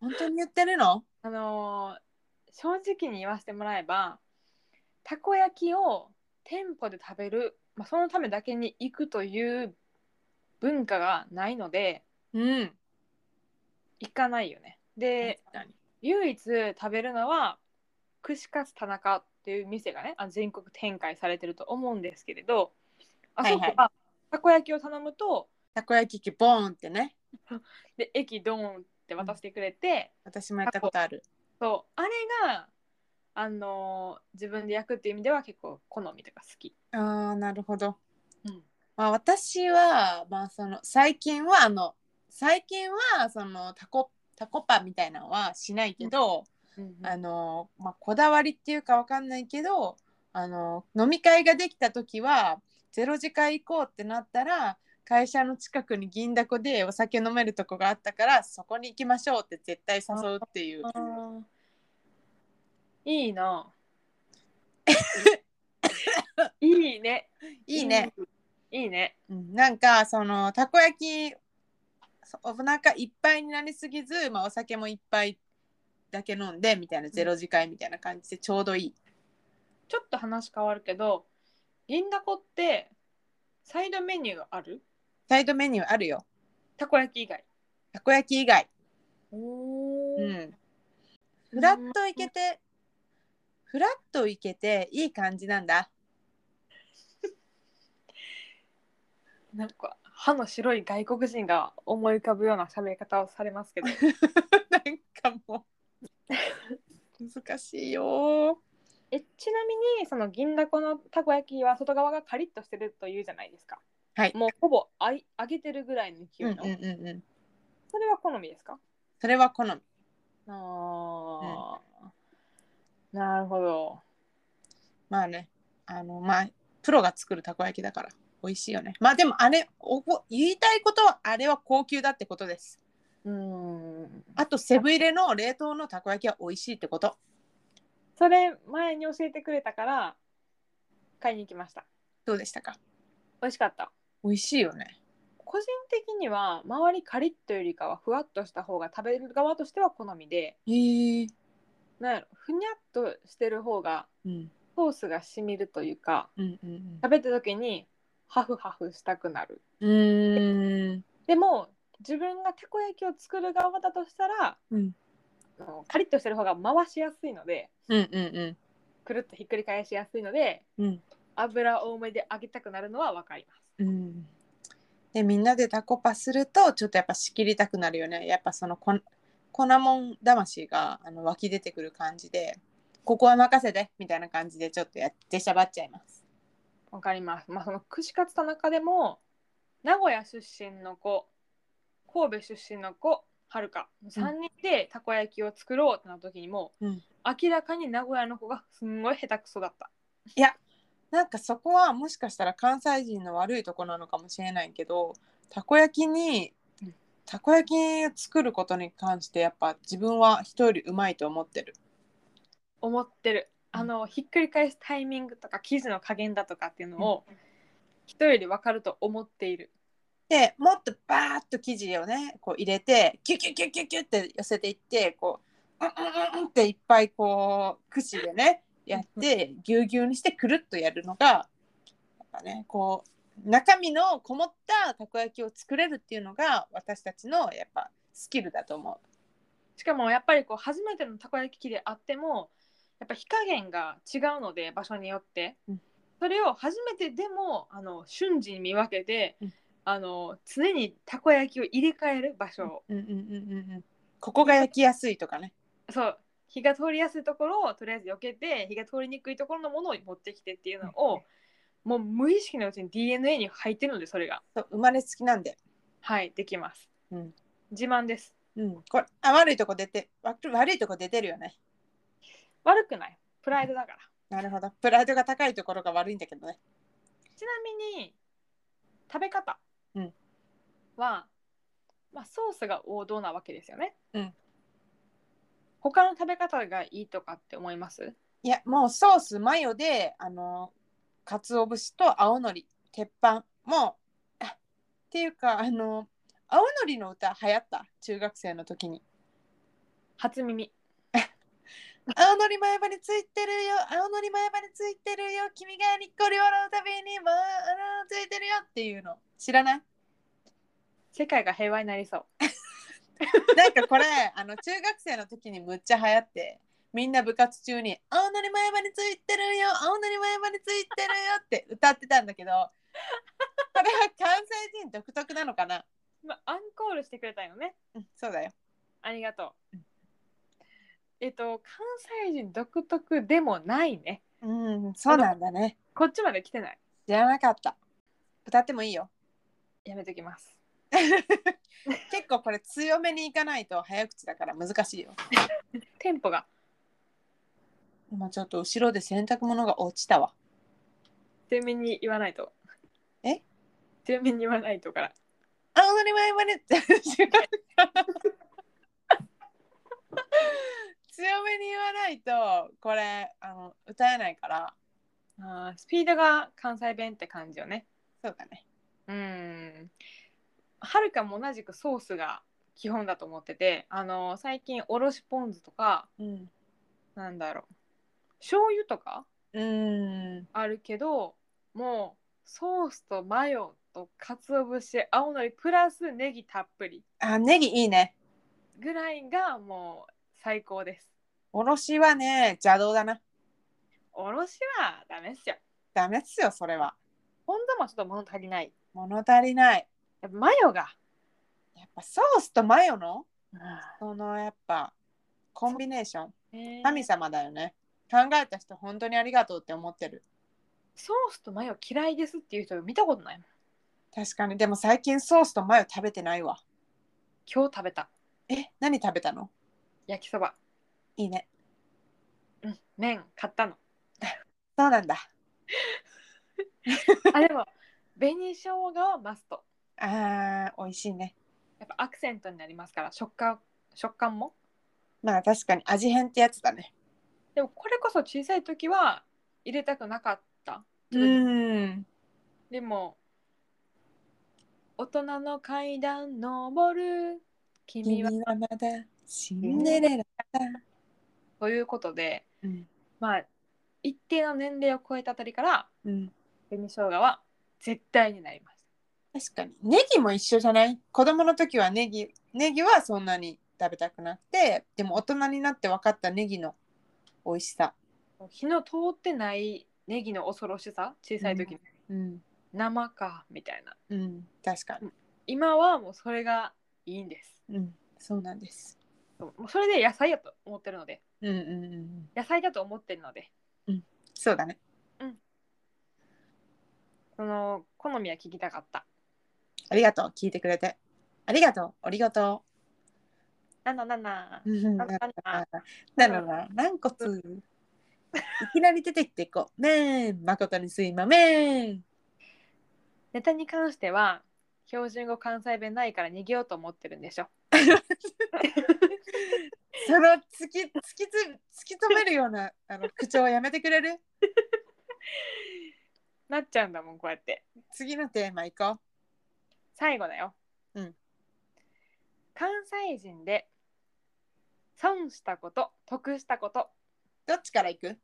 B: 本当に言ってるの
A: あのー正直に言わせてもらえば、たこ焼きを店舗で食べる、まあ、そのためだけに行くという文化がないので、
B: うん
A: 行かないよね。で、
B: 確かに
A: 唯一食べるのは串カツ田中っていう店がねあ全国展開されてると思うんですけれどあ
B: はい
A: そ
B: はい
A: こはたこ焼きを頼むと
B: たこ焼き器ボーンってね
A: で駅ドーンって渡してくれて、
B: 私もやったことある
A: そうあれが、あのー自分で焼くっていう意味では結構好みとか好き。
B: あーなるほど、
A: うん
B: まあ、私は、まあ、その最近はあの最近はそのタコタコパみたいなのはしないけど、あ
A: あ
B: のまあ、こだわりっていうかわかんないけどあの飲み会ができた時は0時会行こうってなったら会社の近くに銀だこでお酒飲めるとこがあったからそこに行きましょうって絶対誘うっていう
A: ーいい な。いいね。
B: いいね、。
A: いいね。
B: うん、なんかそのたこ焼きそお腹いっぱいになりすぎず、まあ、お酒もいっぱいだけ飲んでみたいな0時会みたいな感じでちょうどいい
A: ちょっと話変わるけど、銀だこってサイドメニューある
B: サイドメニューあるよ
A: たこ焼き以外。
B: たこ焼き以外
A: お
B: うんフラッといけて、フラッといけていい感じなんだ。
A: なんか歯の白い外国人が思い浮かぶような喋り方をされますけど
B: なんかもう難しいよ。
A: えちなみにその銀だこのたこ焼きは外側がカリッとしてるというじゃないですか
B: はい
A: もうほぼあい揚げてるぐらいの
B: うん
A: 勢
B: う
A: い
B: ん
A: の、
B: うんうん。
A: それは好みですか
B: それは好み。
A: あー、なるほど
B: まあね、あのまあプロが作るたこ焼きだから美味しいよね。まあでもあれおこ言いたいことはあれは高級だってことです。
A: うーん
B: あとセブン入れの冷凍のたこ焼きは美味しいってこと。
A: それ前に教えてくれたから買いに行きました
B: どうでしたか。
A: 美味しかった
B: 美味しいよね。
A: 個人的には周りカリッとよりかはふわっとした方が食べる側としては好みで、
B: へえ。
A: なんやろふにゃっとしてる方が
B: うん
A: ソースがしみるというか
B: うんうん
A: 食べた時にハフハフしたくなる
B: うん。うーん。
A: でも自分がたこ焼きを作る側だとしたら
B: うん
A: あのカリッとしてる方が回しやすいので
B: うんうんうん。
A: くるっとひっくり返しやすいので
B: うん
A: 油多めで揚げたくなるのは分かります
B: うんでみんなでタコパするとちょっとやっぱ仕切りたくなるよねやっぱそのこん粉もん魂があの湧き出てくる感じでここは任せてみたいな感じでちょっとやってしゃばっちゃいます
A: 分かりますまあその串カツ田中でも名古屋出身の子神戸出身の子はるか3人でたこ焼きを作ろうってなった時にも、
B: うん
A: 明らかに名古屋の子がすんごい下手くそだった
B: なんかそこはもしかしたら関西人の悪いとこなのかもしれないけどたこ焼きに
A: うん
B: たこ焼きを作ることに関してやっぱ自分は人よりうまいと思ってる
A: 思ってる
B: うん
A: あの、ひっくり返すタイミングとか生地の加減だとかっていうのを、人より分かると思っている
B: でもっとバーッと生地をねこう入れてキュキュキュキュキュって寄せていってこううんうんうんうんっていっぱいこう串でねやってぎゅうぎゅうにしてくるっとやるのがやっぱねこう中身のこもったたこ焼きを作れるっていうのが私たちのやっぱスキルだと思
A: しかもやっぱりこう初めてのたこ焼き器であってもやっぱ火加減が違うので場所によって、
B: うん
A: それを初めてでもあの瞬時に見分けて、
B: うん
A: あの常にたこ焼きを入れ替える場所を、
B: う,、うんうんうんうんうん、ここが焼きやすいとかね
A: そう火が通りやすいところをとりあえず避けて火が通りにくいところのものを持ってきてっていうのを、もう無意識のうちに DNA に入ってるのでそれが
B: そう生まれつきなんで、
A: はいできます、
B: うん
A: 自慢です
B: うん、これあ悪いとこ出てわ悪いとこ出てるよね
A: 悪くないプライドだから
B: なるほどプライドが高いところが悪いんだけどね
A: ちなみに食べ方
B: うん
A: は、まあ、ソースが王道なわけですよね。
B: うん
A: 他の食べ方がいいとかって思います
B: いやもうソースマヨであの鰹節と青のり鉄板もうあっていうかあの青のりの歌流行った中学生の時に
A: 初耳
B: 「青のり前歯についてるよ青のり前歯についてるよ君がにっこり笑うたびにもうあのついてるよ」っていうの知らない
A: 世界が平和になりそう。
B: なんかこれあの中学生の時にむっちゃ流行ってみんな部活中に「青のり前歯についてるよ青のり前歯についてるよ」って 歌ってたんだけどこれは関西人独特なのかな、
A: まあ、アンコールしてくれたよね。
B: うん、そうだよ
A: ありがとう。えっと関西人独特でもないね。
B: うんそうなんだね
A: こっちまで来てない。
B: 知らなかった歌ってもいいよ
A: やめときます。
B: 結構これ強めにいかないと早口だから難しいよ。
A: テンポが
B: 今ちょっと後ろで洗濯物が落ちたわ。
A: 強めに言わないと
B: え
A: 強めに言わないとから
B: あ、当たり前まで。 強めに言わないとこれあの歌えないから
A: あースピードが関西弁って感じよね
B: そうだね
A: うんはるかも同じくソースが基本だと思っててあの最近おろしポン酢とか
B: うん
A: なんだろう醤油とか
B: うん
A: あるけどもうソースとマヨと鰹節青のりプラスネギたっぷり
B: あネギいいね
A: ぐらいがもう最高です
B: おろしはね邪道だな
A: おろしはダメっすよ
B: ダメっすよそれは
A: ポン酢もちょっと物足りない
B: 物足りない
A: やっぱマヨが、
B: やっぱソースとマヨのそのやっぱコンビネーション
A: ね
B: 神様だよね考えた人本当にありがとうって思ってる
A: ソースとマヨ嫌いですっていう人見たことないもん
B: 確かにでも最近ソースとマヨ食べてないわ
A: 今日食べた
B: え何食べたの
A: 焼きそば
B: いいね
A: うん麺買ったの
B: そうなんだ
A: あでも紅生姜はマスト
B: あー美味しいね
A: やっぱアクセントになりますから食感食感も
B: まあ確かに味変ってやつだね
A: でもこれこそ小さい時は入れたくなかった
B: うん
A: でも大人の階段登る君
B: 君
A: は
B: はまだシンデレラだ、
A: ということで
B: うん
A: まあ一定の年齢を超えたあたりから
B: うん、
A: 紅生姜は絶対になりまし
B: 確かにネギも一緒じゃない子供の時はネギネギはそんなに食べたくなくてでも大人になって分かったネギの美味しさ、
A: た火の通ってないネギの恐ろしさ小さい時に、
B: うん
A: 生かみたいな
B: うん、確かに、
A: 今はもうそれがいいんです
B: うん、そうなんです
A: そうもうそれで野菜やと思ってるので
B: うんうんうんうん
A: 野菜だと思ってるので
B: そうだね
A: その好みは聞きたかった
B: ありがとう聞いてくれてありがとうありがと
A: なんだなんだ
B: ううん
A: なんだ
B: なんだなんだ軟骨いきなり出てきてこうめん誠にすいまめん
A: ネタに関しては標準語関西弁ないから逃げようと思ってるんでしょ
B: その突き突きつ突き止めるようなあの口調やめてくれる
A: なっちゃうんだもんこうやって
B: 次のテーマ行こ
A: 最後だよ、
B: うん
A: 関西人で損したこと得したこと
B: うどっちから行く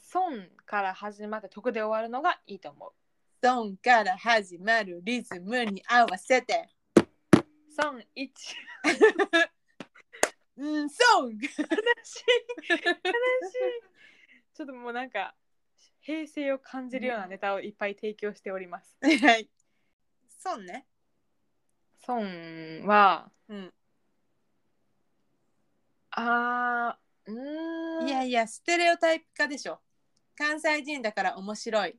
A: 損から始まって得で終わるのがいいと思う
B: ドンから始まるリズムに合わせて
A: 損1
B: うんソン
A: し悲しい ちょっともうなんか平成を感じるようなネタをいっぱい提供しております。
B: はいソンね
A: 損は
B: うん
A: あーうーん
B: いやいやステレオタイプ化でしょ関西人だから面白い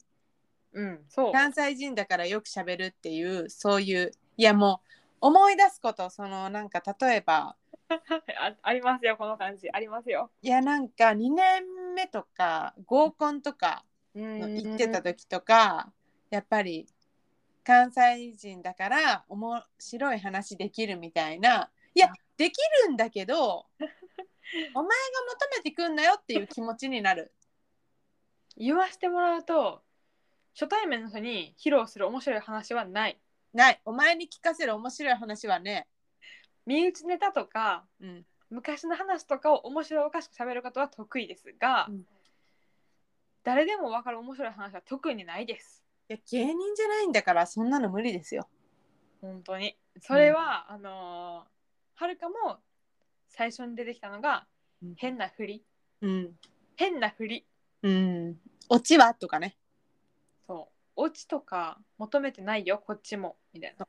A: うんそう
B: 関西人だからよく喋るっていうそういういやもう思い出すことそのなんか例えば
A: あありますよこの感じありますよ。
B: いやなんか2年目とか合コンとかの行
A: 言
B: ってた時とかやっぱり関西人だから面白い話できるみたいないやできるんだ けどお前が求めてくんなよっていう気持ちになる
A: 言わしてもらうと初対面の人に披露する面白い話はない。
B: ないお前に聞かせる面白い話はね、
A: 身内ネタとか
B: うん、
A: 昔の話とかを面白おかしく喋ることは得意ですが、
B: うん
A: 誰でも分かる面白い話は特にないです
B: いや芸人じゃないんだからそんなの無理ですよ
A: 本当にそれは、あのーはるかも最初に出てきたのが
B: うん
A: 変なふり
B: うん、
A: 変なふり
B: うん、オチはとかね
A: そうオチとか求めてないよこっちもみたいな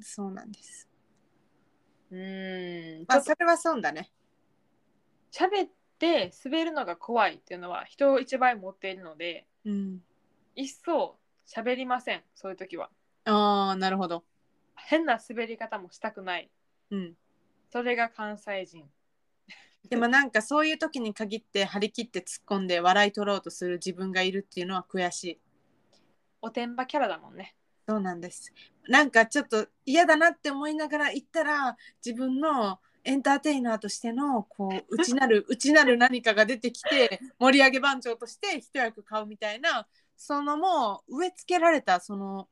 B: そうなんです
A: うーんち
B: ま
A: ょ
B: あ
A: っと
B: それは損だね
A: 喋って滑るのが怖いっていうのは人を一倍持っているので
B: うん
A: 一層喋りませんそういう時は
B: ああなるほど
A: 変な滑り方もしたくない
B: うん、
A: それが関西人
B: でもなんかそういう時に限って張り切って突っ込んで笑い取ろうとする自分がいるっていうのは悔しい
A: おてんばキャラだもんね
B: そうなんですなんかちょっと嫌だなって思いながら行ったら自分のエンターテイナーとしてのこう内なる内なる何かが出てきて盛り上げ番長として一役買うみたいなそのもう植え付けられたその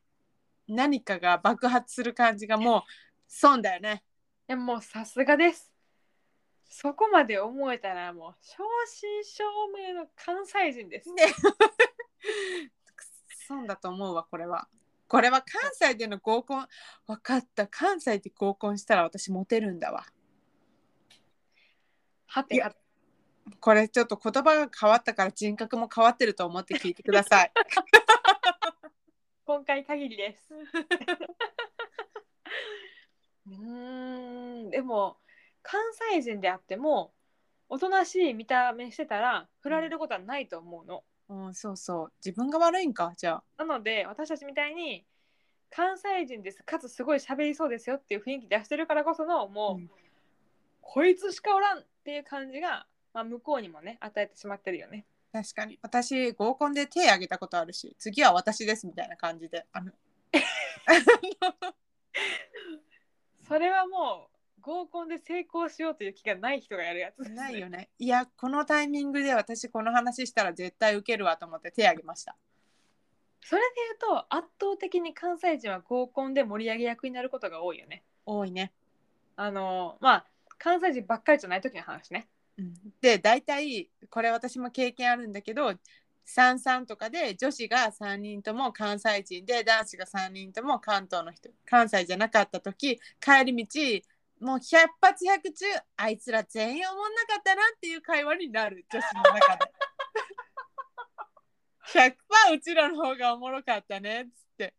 B: 何かが爆発する感じがもう損だよね。
A: いやもうさすがですそこまで思えたらもう正真正銘の関西人です、
B: ね損だと思うわこれは。これは関西での合コン分かった関西で合コンしたら私モテるんだわ。
A: はてはて
B: これちょっと言葉が変わったから人格も変わってると思って聞いてください。
A: 今回限りです。うーんでも関西人であってもおとなしい見た目してたら振られることはないと思うの。
B: うん、そうそう。自分が悪いんかじゃあ。
A: なので私たちみたいに関西人ですかつすごい喋りそうですよっていう雰囲気出してるからこそのもう、
B: うん
A: こいつしかおらんっていう感じが、まあ、向こうにもね与えてしまってるよね。
B: 確かに。私、合コンで手挙げたことあるし、次は私ですみたいな感じで。あの
A: それはもう合コンで成功しようという気がない人がやるやつですね
B: ないよね。いや、このタイミングで私この話したら絶対ウケるわと思って手挙げました。
A: それで言うと圧倒的に関西人は合コンで盛り上げ役になることが多いよね。
B: 多いね。
A: あのまあ関西人ばっかりじゃない時の話ね。
B: うん、で、大体、これ私も経験あるんだけど、三三とかで女子が3人とも関西人で男子が3人とも関東の人関西じゃなかった時帰り道もう百発百中あいつら全員おもんなかったなっていう会話になる女子の中で 100%うちらの方がおもろかったねっつって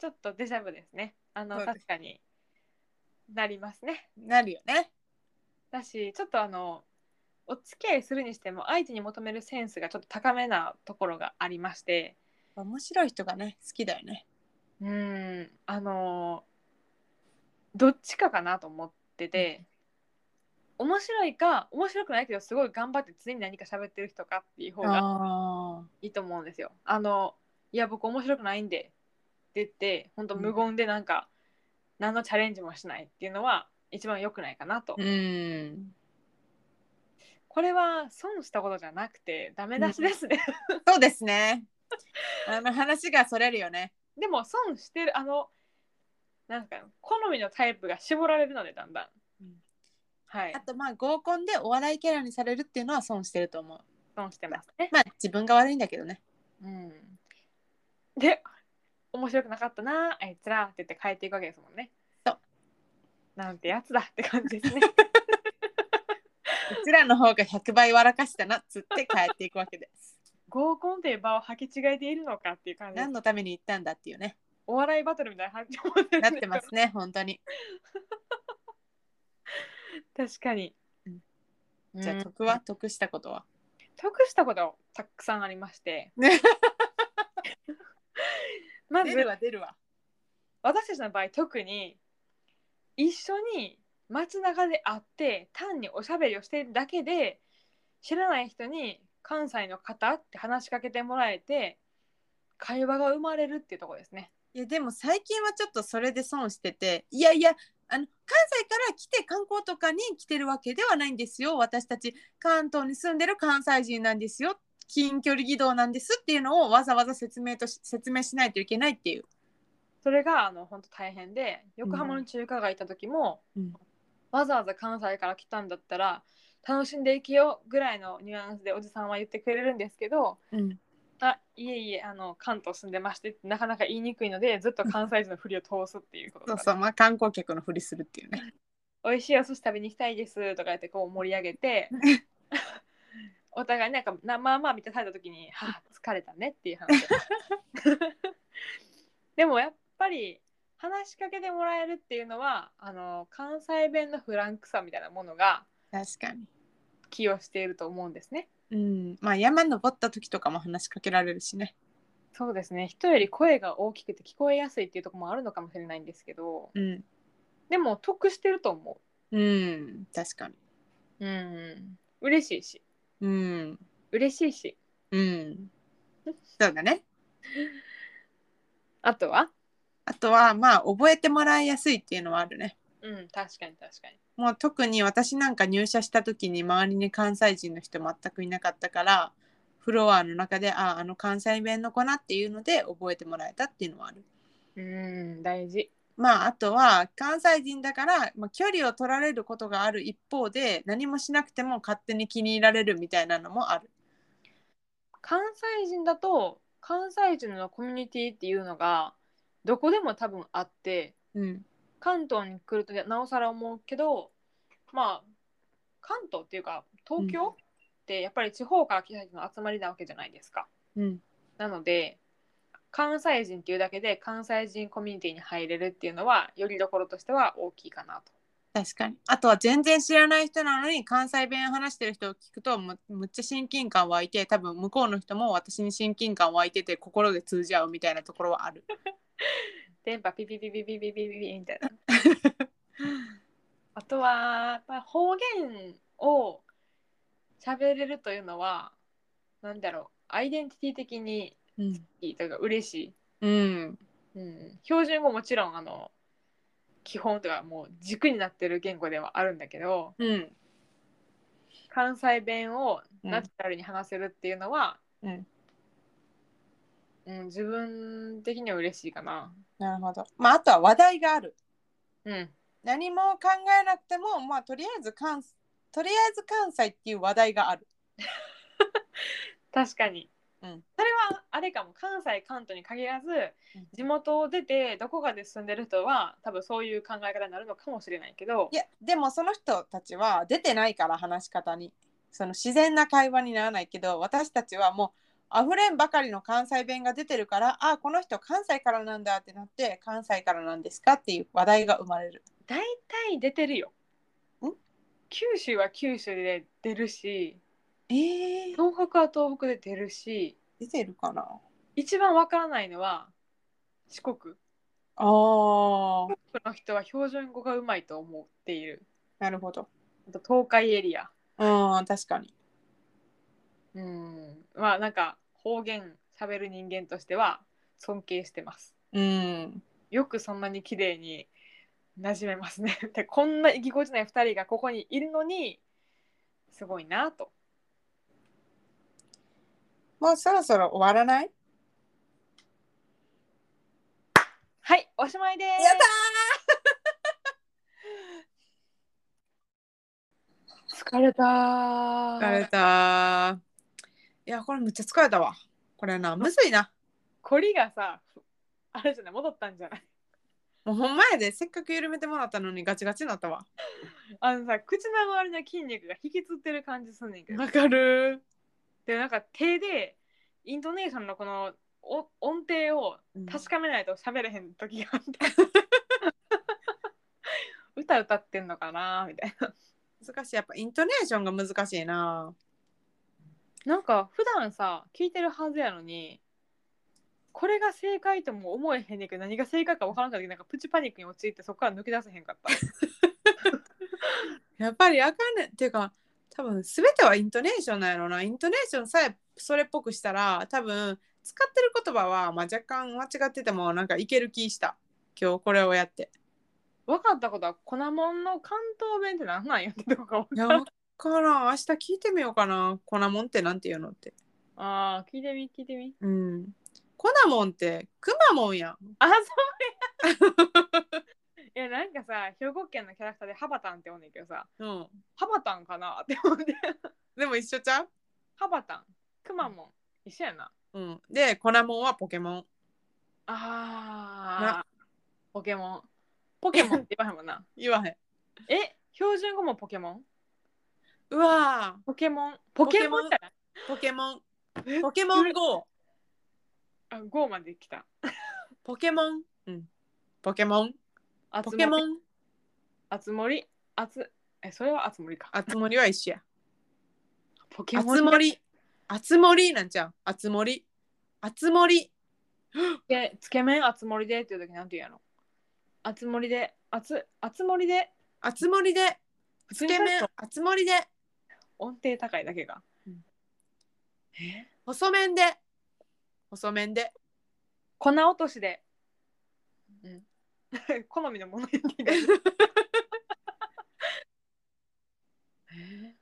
A: ちょっとデジャブですね。あの
B: そうで
A: 確
B: す
A: かになりますね。
B: なるよね
A: だしちょっとあのお付き合いするにしても相手に求めるセンスがちょっと高めなところがありまして
B: 面白い人がね好きだよね
A: うーんあのどっちかかなと思ってて、面白いか面白くないけどすごい頑張って常に何か喋ってる人かっていう方が
B: あ
A: いいと思うんですよ。あのいや僕面白くないんでって言って本当無言でなんか、何のチャレンジもしないっていうのは一番良くないかなと、
B: ーうん
A: これは損したことじゃなくてダメ出しですね、
B: そうですねあの話がそれるよね
A: でも損してるあのなんか好みのタイプが絞られるのでだんだん、
B: うん
A: はい
B: あとまあ合コンでお笑いキャラにされるっていうのは損してると思う。
A: 損してますね、
B: まあ自分が悪いんだけどね。
A: うん、で面白くなかったなあいつらって言って帰っていくわけですもんね
B: そう
A: なんてやつだって感じ ですね
B: うちらの方が100倍笑かしたなっつって帰っていくわけ です。
A: 合コンという場を履き違えているのかっていう感じです
B: 何のために行ったんだっていうね。
A: お笑いバトルみたいな感じにも
B: なってますね、本当に。
A: 確かに
B: うん、
A: うん
B: じゃあ得は得したことは。
A: 得したことはたくさんありま して
B: ね
A: まず
B: 出るわ出るわ。
A: 私たちの場合特に一緒に街中で会って単におしゃべりをしているだけで知らない人に関西の方って話しかけてもらえて会話が生まれるっていうところですね。
B: いやでも最近はちょっとそれで損してていやいやあの関西から来て観光とかに来てるわけではないんですよ私たち関東に住んでる関西人なんですよ近距離移動なんですっていうのをわざわざ説明とし説明しないといけないっていう
A: それがあの本当大変で横浜の中華街行った時も、
B: うん
A: わざわざ関西から来たんだったら楽しんでいきよぐらいのニュアンスでおじさんは言ってくれるんですけど
B: うん、
A: あいえいえあの関東住んでましてってなかなか言いにくいのでずっと関西人のふりを通すっていうこと
B: そ
A: と
B: う
A: か
B: そうまあ観光客のふりするっていうね
A: 美味しいお寿司食べに行きたいですとか言ってこう盛り上げ てお互いなんかなまあまあ満たされた時に「はあ疲れたね」っていう話でもやっぱり話しかけてもらえるっていうのはあの関西弁のフランクさみたいなものが
B: 確かに
A: 寄与していると思うんですね
B: うんまあ山登った時とかも話しかけられるしね
A: そうですね人より声が大きくて聞こえやすいっていうところもあるのかもしれないんですけど
B: うん、
A: でも得してると思
B: うん、確かに。
A: ううん嬉しいし
B: うん、
A: 嬉しいし
B: うん。そうだね。
A: あとは
B: あとはまあ覚えてもらいやすいっていうのはあるね。
A: うん確かに確かに
B: もう特に私なんか入社した時に周りに関西人の人全くいなかったからフロアの中でああの関西弁の子なっていうので覚えてもらえたっていうのはある。
A: うん大事
B: まああとは関西人だから、まあ、距離を取られることがある一方で何もしなくても勝手に気に入られるみたいなのもある。
A: 関西人だと関西人のコミュニティっていうのがどこでも多分あって
B: うん、
A: 関東に来るとなおさら思うけどまあ関東っていうか東京、
B: うん
A: ってやっぱり地方から来た人の集まりなわけじゃないですか。
B: うん、
A: なので関西人っていうだけで関西人コミュニティに入れるっていうのはよりどころとしては大きいかなと。
B: 確かに。あとは全然知らない人なのに関西弁話してる人を聞くとむむっちゃ親近感湧いて多分向こうの人も私に親近感湧いてて心で通じ合うみたいなところはある。
A: 電波ピピピピピピピピピみたい な。あとは、まあ、方言を喋れるというのはなんだろうアイデンティティ的に
B: うん、
A: いいというか嬉しい。
B: うん、
A: うん、標準語もちろんあの基本というかもう軸になってる言語ではあるんだけど
B: うん、
A: 関西弁を
B: うん
A: ナチュラルに話せるっていうのは、
B: うん
A: うん自分的には嬉しいかな。
B: なるほど。まああとは話題がある。
A: うん、
B: 何も考えなくてもまあとりあえず関とりあえず関西っていう話題がある。
A: 確かに、
B: うん
A: それはあれかも関西関東に限らず
B: うん
A: 地元を出てどこかで住んでる人は多分そういう考え方になるのかもしれないけど
B: いやでもその人たちは出てないから話し方にその自然な会話にならないけど私たちはもう溢れんばかりの関西弁が出てるからあこの人関西からなんだってなって関西からなんですかっていう話題が生まれる
A: 大体出てるよ
B: ん。
A: 九州は九州で出るし
B: えー、
A: 東北は東北で出るし
B: 出てるかな
A: 一番わからないのは四国
B: あー
A: 四国の人は標準語がうまいと思っている
B: なるほど
A: あと東海エリア
B: うん確かに
A: うんまあなんか方言喋る人間としては尊敬してます
B: うん
A: よくそんなに綺麗に馴染めますね でこんなぎこちない2人がここにいるのにすごいなと
B: もうそろそろ終わらない
A: はいおしまいで
B: や
A: す
B: だ
A: 疲れたー
B: 疲れたーいやこれむっちゃ疲れたわこれなむずいな
A: コリがさあれじゃない戻ったんじゃない
B: もうほんまやでせっかく緩めてもらったのにガチガチになったわ
A: あのさ口の周りの筋肉が引きつってる感じすんねんけど
B: わかる
A: でなんか手でイントネーションのこのお音程を確かめないと喋れへん時があって、 歌歌ってんのかなみたいな
B: 難しいやっぱイントネーションが難しいな
A: なんか普段さ聞いてるはずやのにこれが正解とも思えへんねんけど何が正解か分からんかった時なんかプチパニックに陥ってそこから抜け出せへんか った
B: やっぱりあかんねんっていうか多分全てはイントネーションなんやろなイントネーションさえそれっぽくしたら多分使ってる言葉は、まあ、若干間違っててもなんかいける気した今日これをや って
A: 分かったことは粉もんの関東弁ってなんなんやってとこか
B: いやわからん明日聞いてみようかな粉もんってなんて言うのって
A: あー聞いてみ聞いてみ
B: うん粉もんってくまもんやん
A: あ そうやいやなんかさ兵庫県のキャラクターでハバタンって呼んねんけどさ
B: うん
A: ハバタンかなって思って
B: でも一緒ちゃう
A: ハバタンくまモン一緒やな
B: うんで粉もんはポケモン
A: あーポケモンポケモンって言わへんもんな
B: 言わへん
A: え標準語もポケモン
B: うわー
A: ポケモンポケモンじゃない
B: ポケモン。ポケモン GO。
A: あ GO まで来た
B: ポケモン。うん。ポケモン。
A: あ
B: ポケモン。
A: あつ森あつえそれはあつ森か
B: あつ森は一緒や。
A: ポケ
B: あ
A: モン
B: つ森。あつ森なんちゃう。あつ森。あつ森。
A: でつけ麺あつ森でっていう時なんて言うやろあつ森であつあつ森で
B: あつ森で
A: 普
B: つけ麺あつ森で
A: 音程高いだけが、
B: うん
A: え
B: 細麺で細麺で
A: 粉落としで、
B: うん
A: 好みのもの言っていいですえ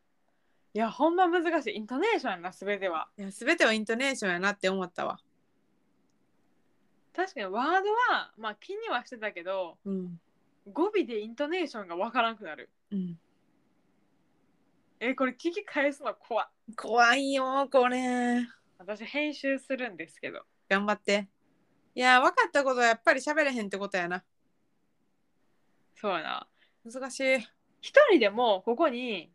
A: いやほんま難しいイントネーションやな全てはい
B: や全てはイントネーションやなって思ったわ
A: 確かにワードはまあ気にはしてたけど
B: うん
A: 語尾でイントネーションがわからなくなる
B: うん
A: えこれ聞き返すの怖い
B: 怖いよこれ
A: 私編集するんですけど
B: 頑張っていや分かったことはやっぱり喋れへんってことやな
A: そうやな
B: 難しい
A: 一人でもここに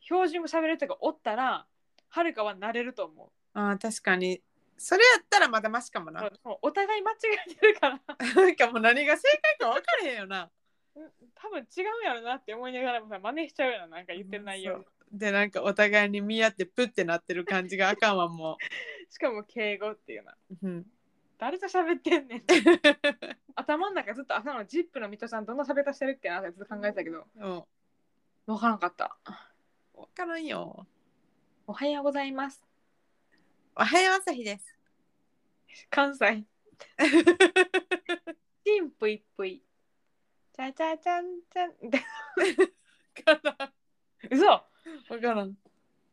A: 標準語喋れる人がおったらはるかはなれると思
B: あー確かにそれやったらまだマシかも
A: う
B: な
A: そうそうお互い間違えてるから
B: なんかもう何が正解か分かれへんよな
A: 多分違うんやろなって思いながらもさ真似しちゃうようななんか言ってる内
B: そ
A: 容
B: うでなんかお互いに見合ってプッてなってる感じがあかんわも
A: しかも敬語っていうな
B: う、うん、
A: 誰と喋ってんねん頭の中ずっと朝のジップの水戸さんどんな喋り方してるっけなってずっと考えてたけど
B: も
A: 分からんかった
B: う分からんよ
A: おはようございます
B: おはよう朝日です
A: 関西チンプイプイチャチャチャンチャンで
B: 分からん
A: 嘘
B: 分からん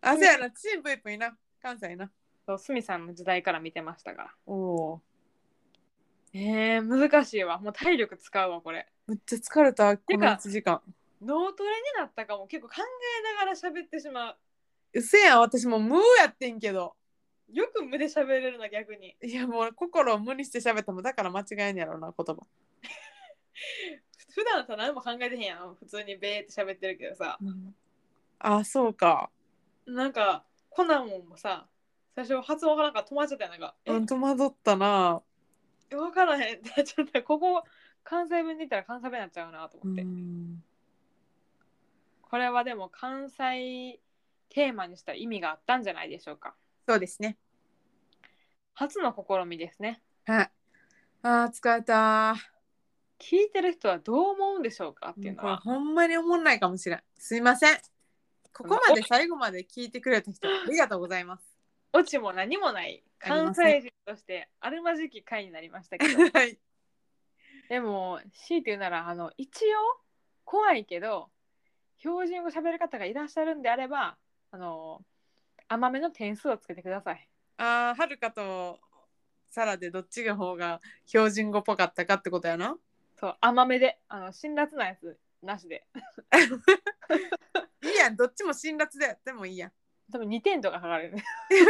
B: あそうやなチンプイプイな関西な
A: そう、すみさんの時代から見てましたから。
B: おお
A: えー、難しいわ。もう体力使うわ、これ。
B: めっちゃ疲れたこ
A: て
B: の
A: か
B: 1時間
A: 脳トレになったかも。結構考えながら喋ってしまう。
B: うせやん私もう無やってんけど
A: よく無で喋れるな、逆に。
B: いやもう心を無にして喋ったもんだから間違えんやろうな言葉、
A: 普段さ、何も考えてへんやん。普通にべーって喋ってるけどさ。
B: あそうか
A: なんか、コナンもさ、最初発音がなんか止まっちゃったよ。なんか、
B: うん戸惑ったな
A: え、わからへんってなっちゃった。ここ、関西弁で言ったら関西弁になっちゃうなと思って。
B: ん
A: これはでも関西テーマにした意味があったんじゃないでしょうか。
B: そうですね
A: 初の試みですね。
B: はいあー疲れた
A: 聞いてる人はどう思うんでしょうかっていうの
B: これ
A: は、
B: ほんまに思んないかもしれんすいませんここまで最後まで聞いてくれた 人ありがとうございます
A: オチも何もない
B: ありま
A: 関
B: せん
A: 西人としてあるまじき回になりましたけど
B: はい
A: でも強いて言うならあの一応怖いけど標準語喋る方がいらっしゃるんであればあの甘めの点数をつけてください。
B: あーはるかとサラでどっちの方が標準語っぽかったかってことやな
A: そう甘めであの辛辣なやつなしで
B: いいやんどっちも辛辣でやってもいいやん
A: 多分2点とかかかる ね
B: そういう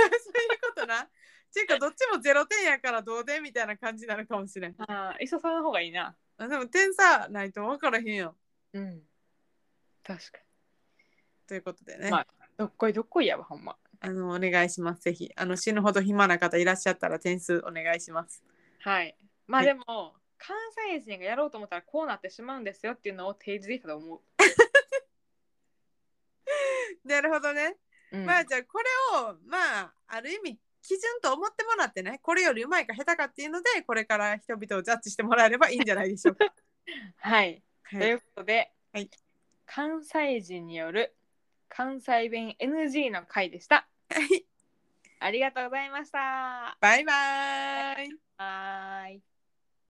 B: ことなていうかどっちも0点やからどうでみたいな感じになるかもしれん
A: ああいっそその方がいいな。
B: あでも点差ないと分からへんよ
A: うん確か
B: ということでね、
A: まあにどっこいどっこいやわほんま。
B: あのお願いしますぜひあの死ぬほど暇な方いらっしゃったら点数お願いします
A: はい。まあ
B: はい
A: でも、関西人がやろうと思ったらこうなってしまうんですよっていうのを提示できたと思う。
B: なるほどね
A: うん
B: まあじゃあこれをまあある意味基準と思ってもらってねこれよりうまいか下手かっていうのでこれから人々をジャッジしてもらえればいいんじゃないでしょうか。
A: はい。と
B: はいいう
A: ことで、
B: はい
A: 関西人による関西弁 NG の回でした。
B: はい、
A: ありがとうございました。
B: バイバイ
A: はーい。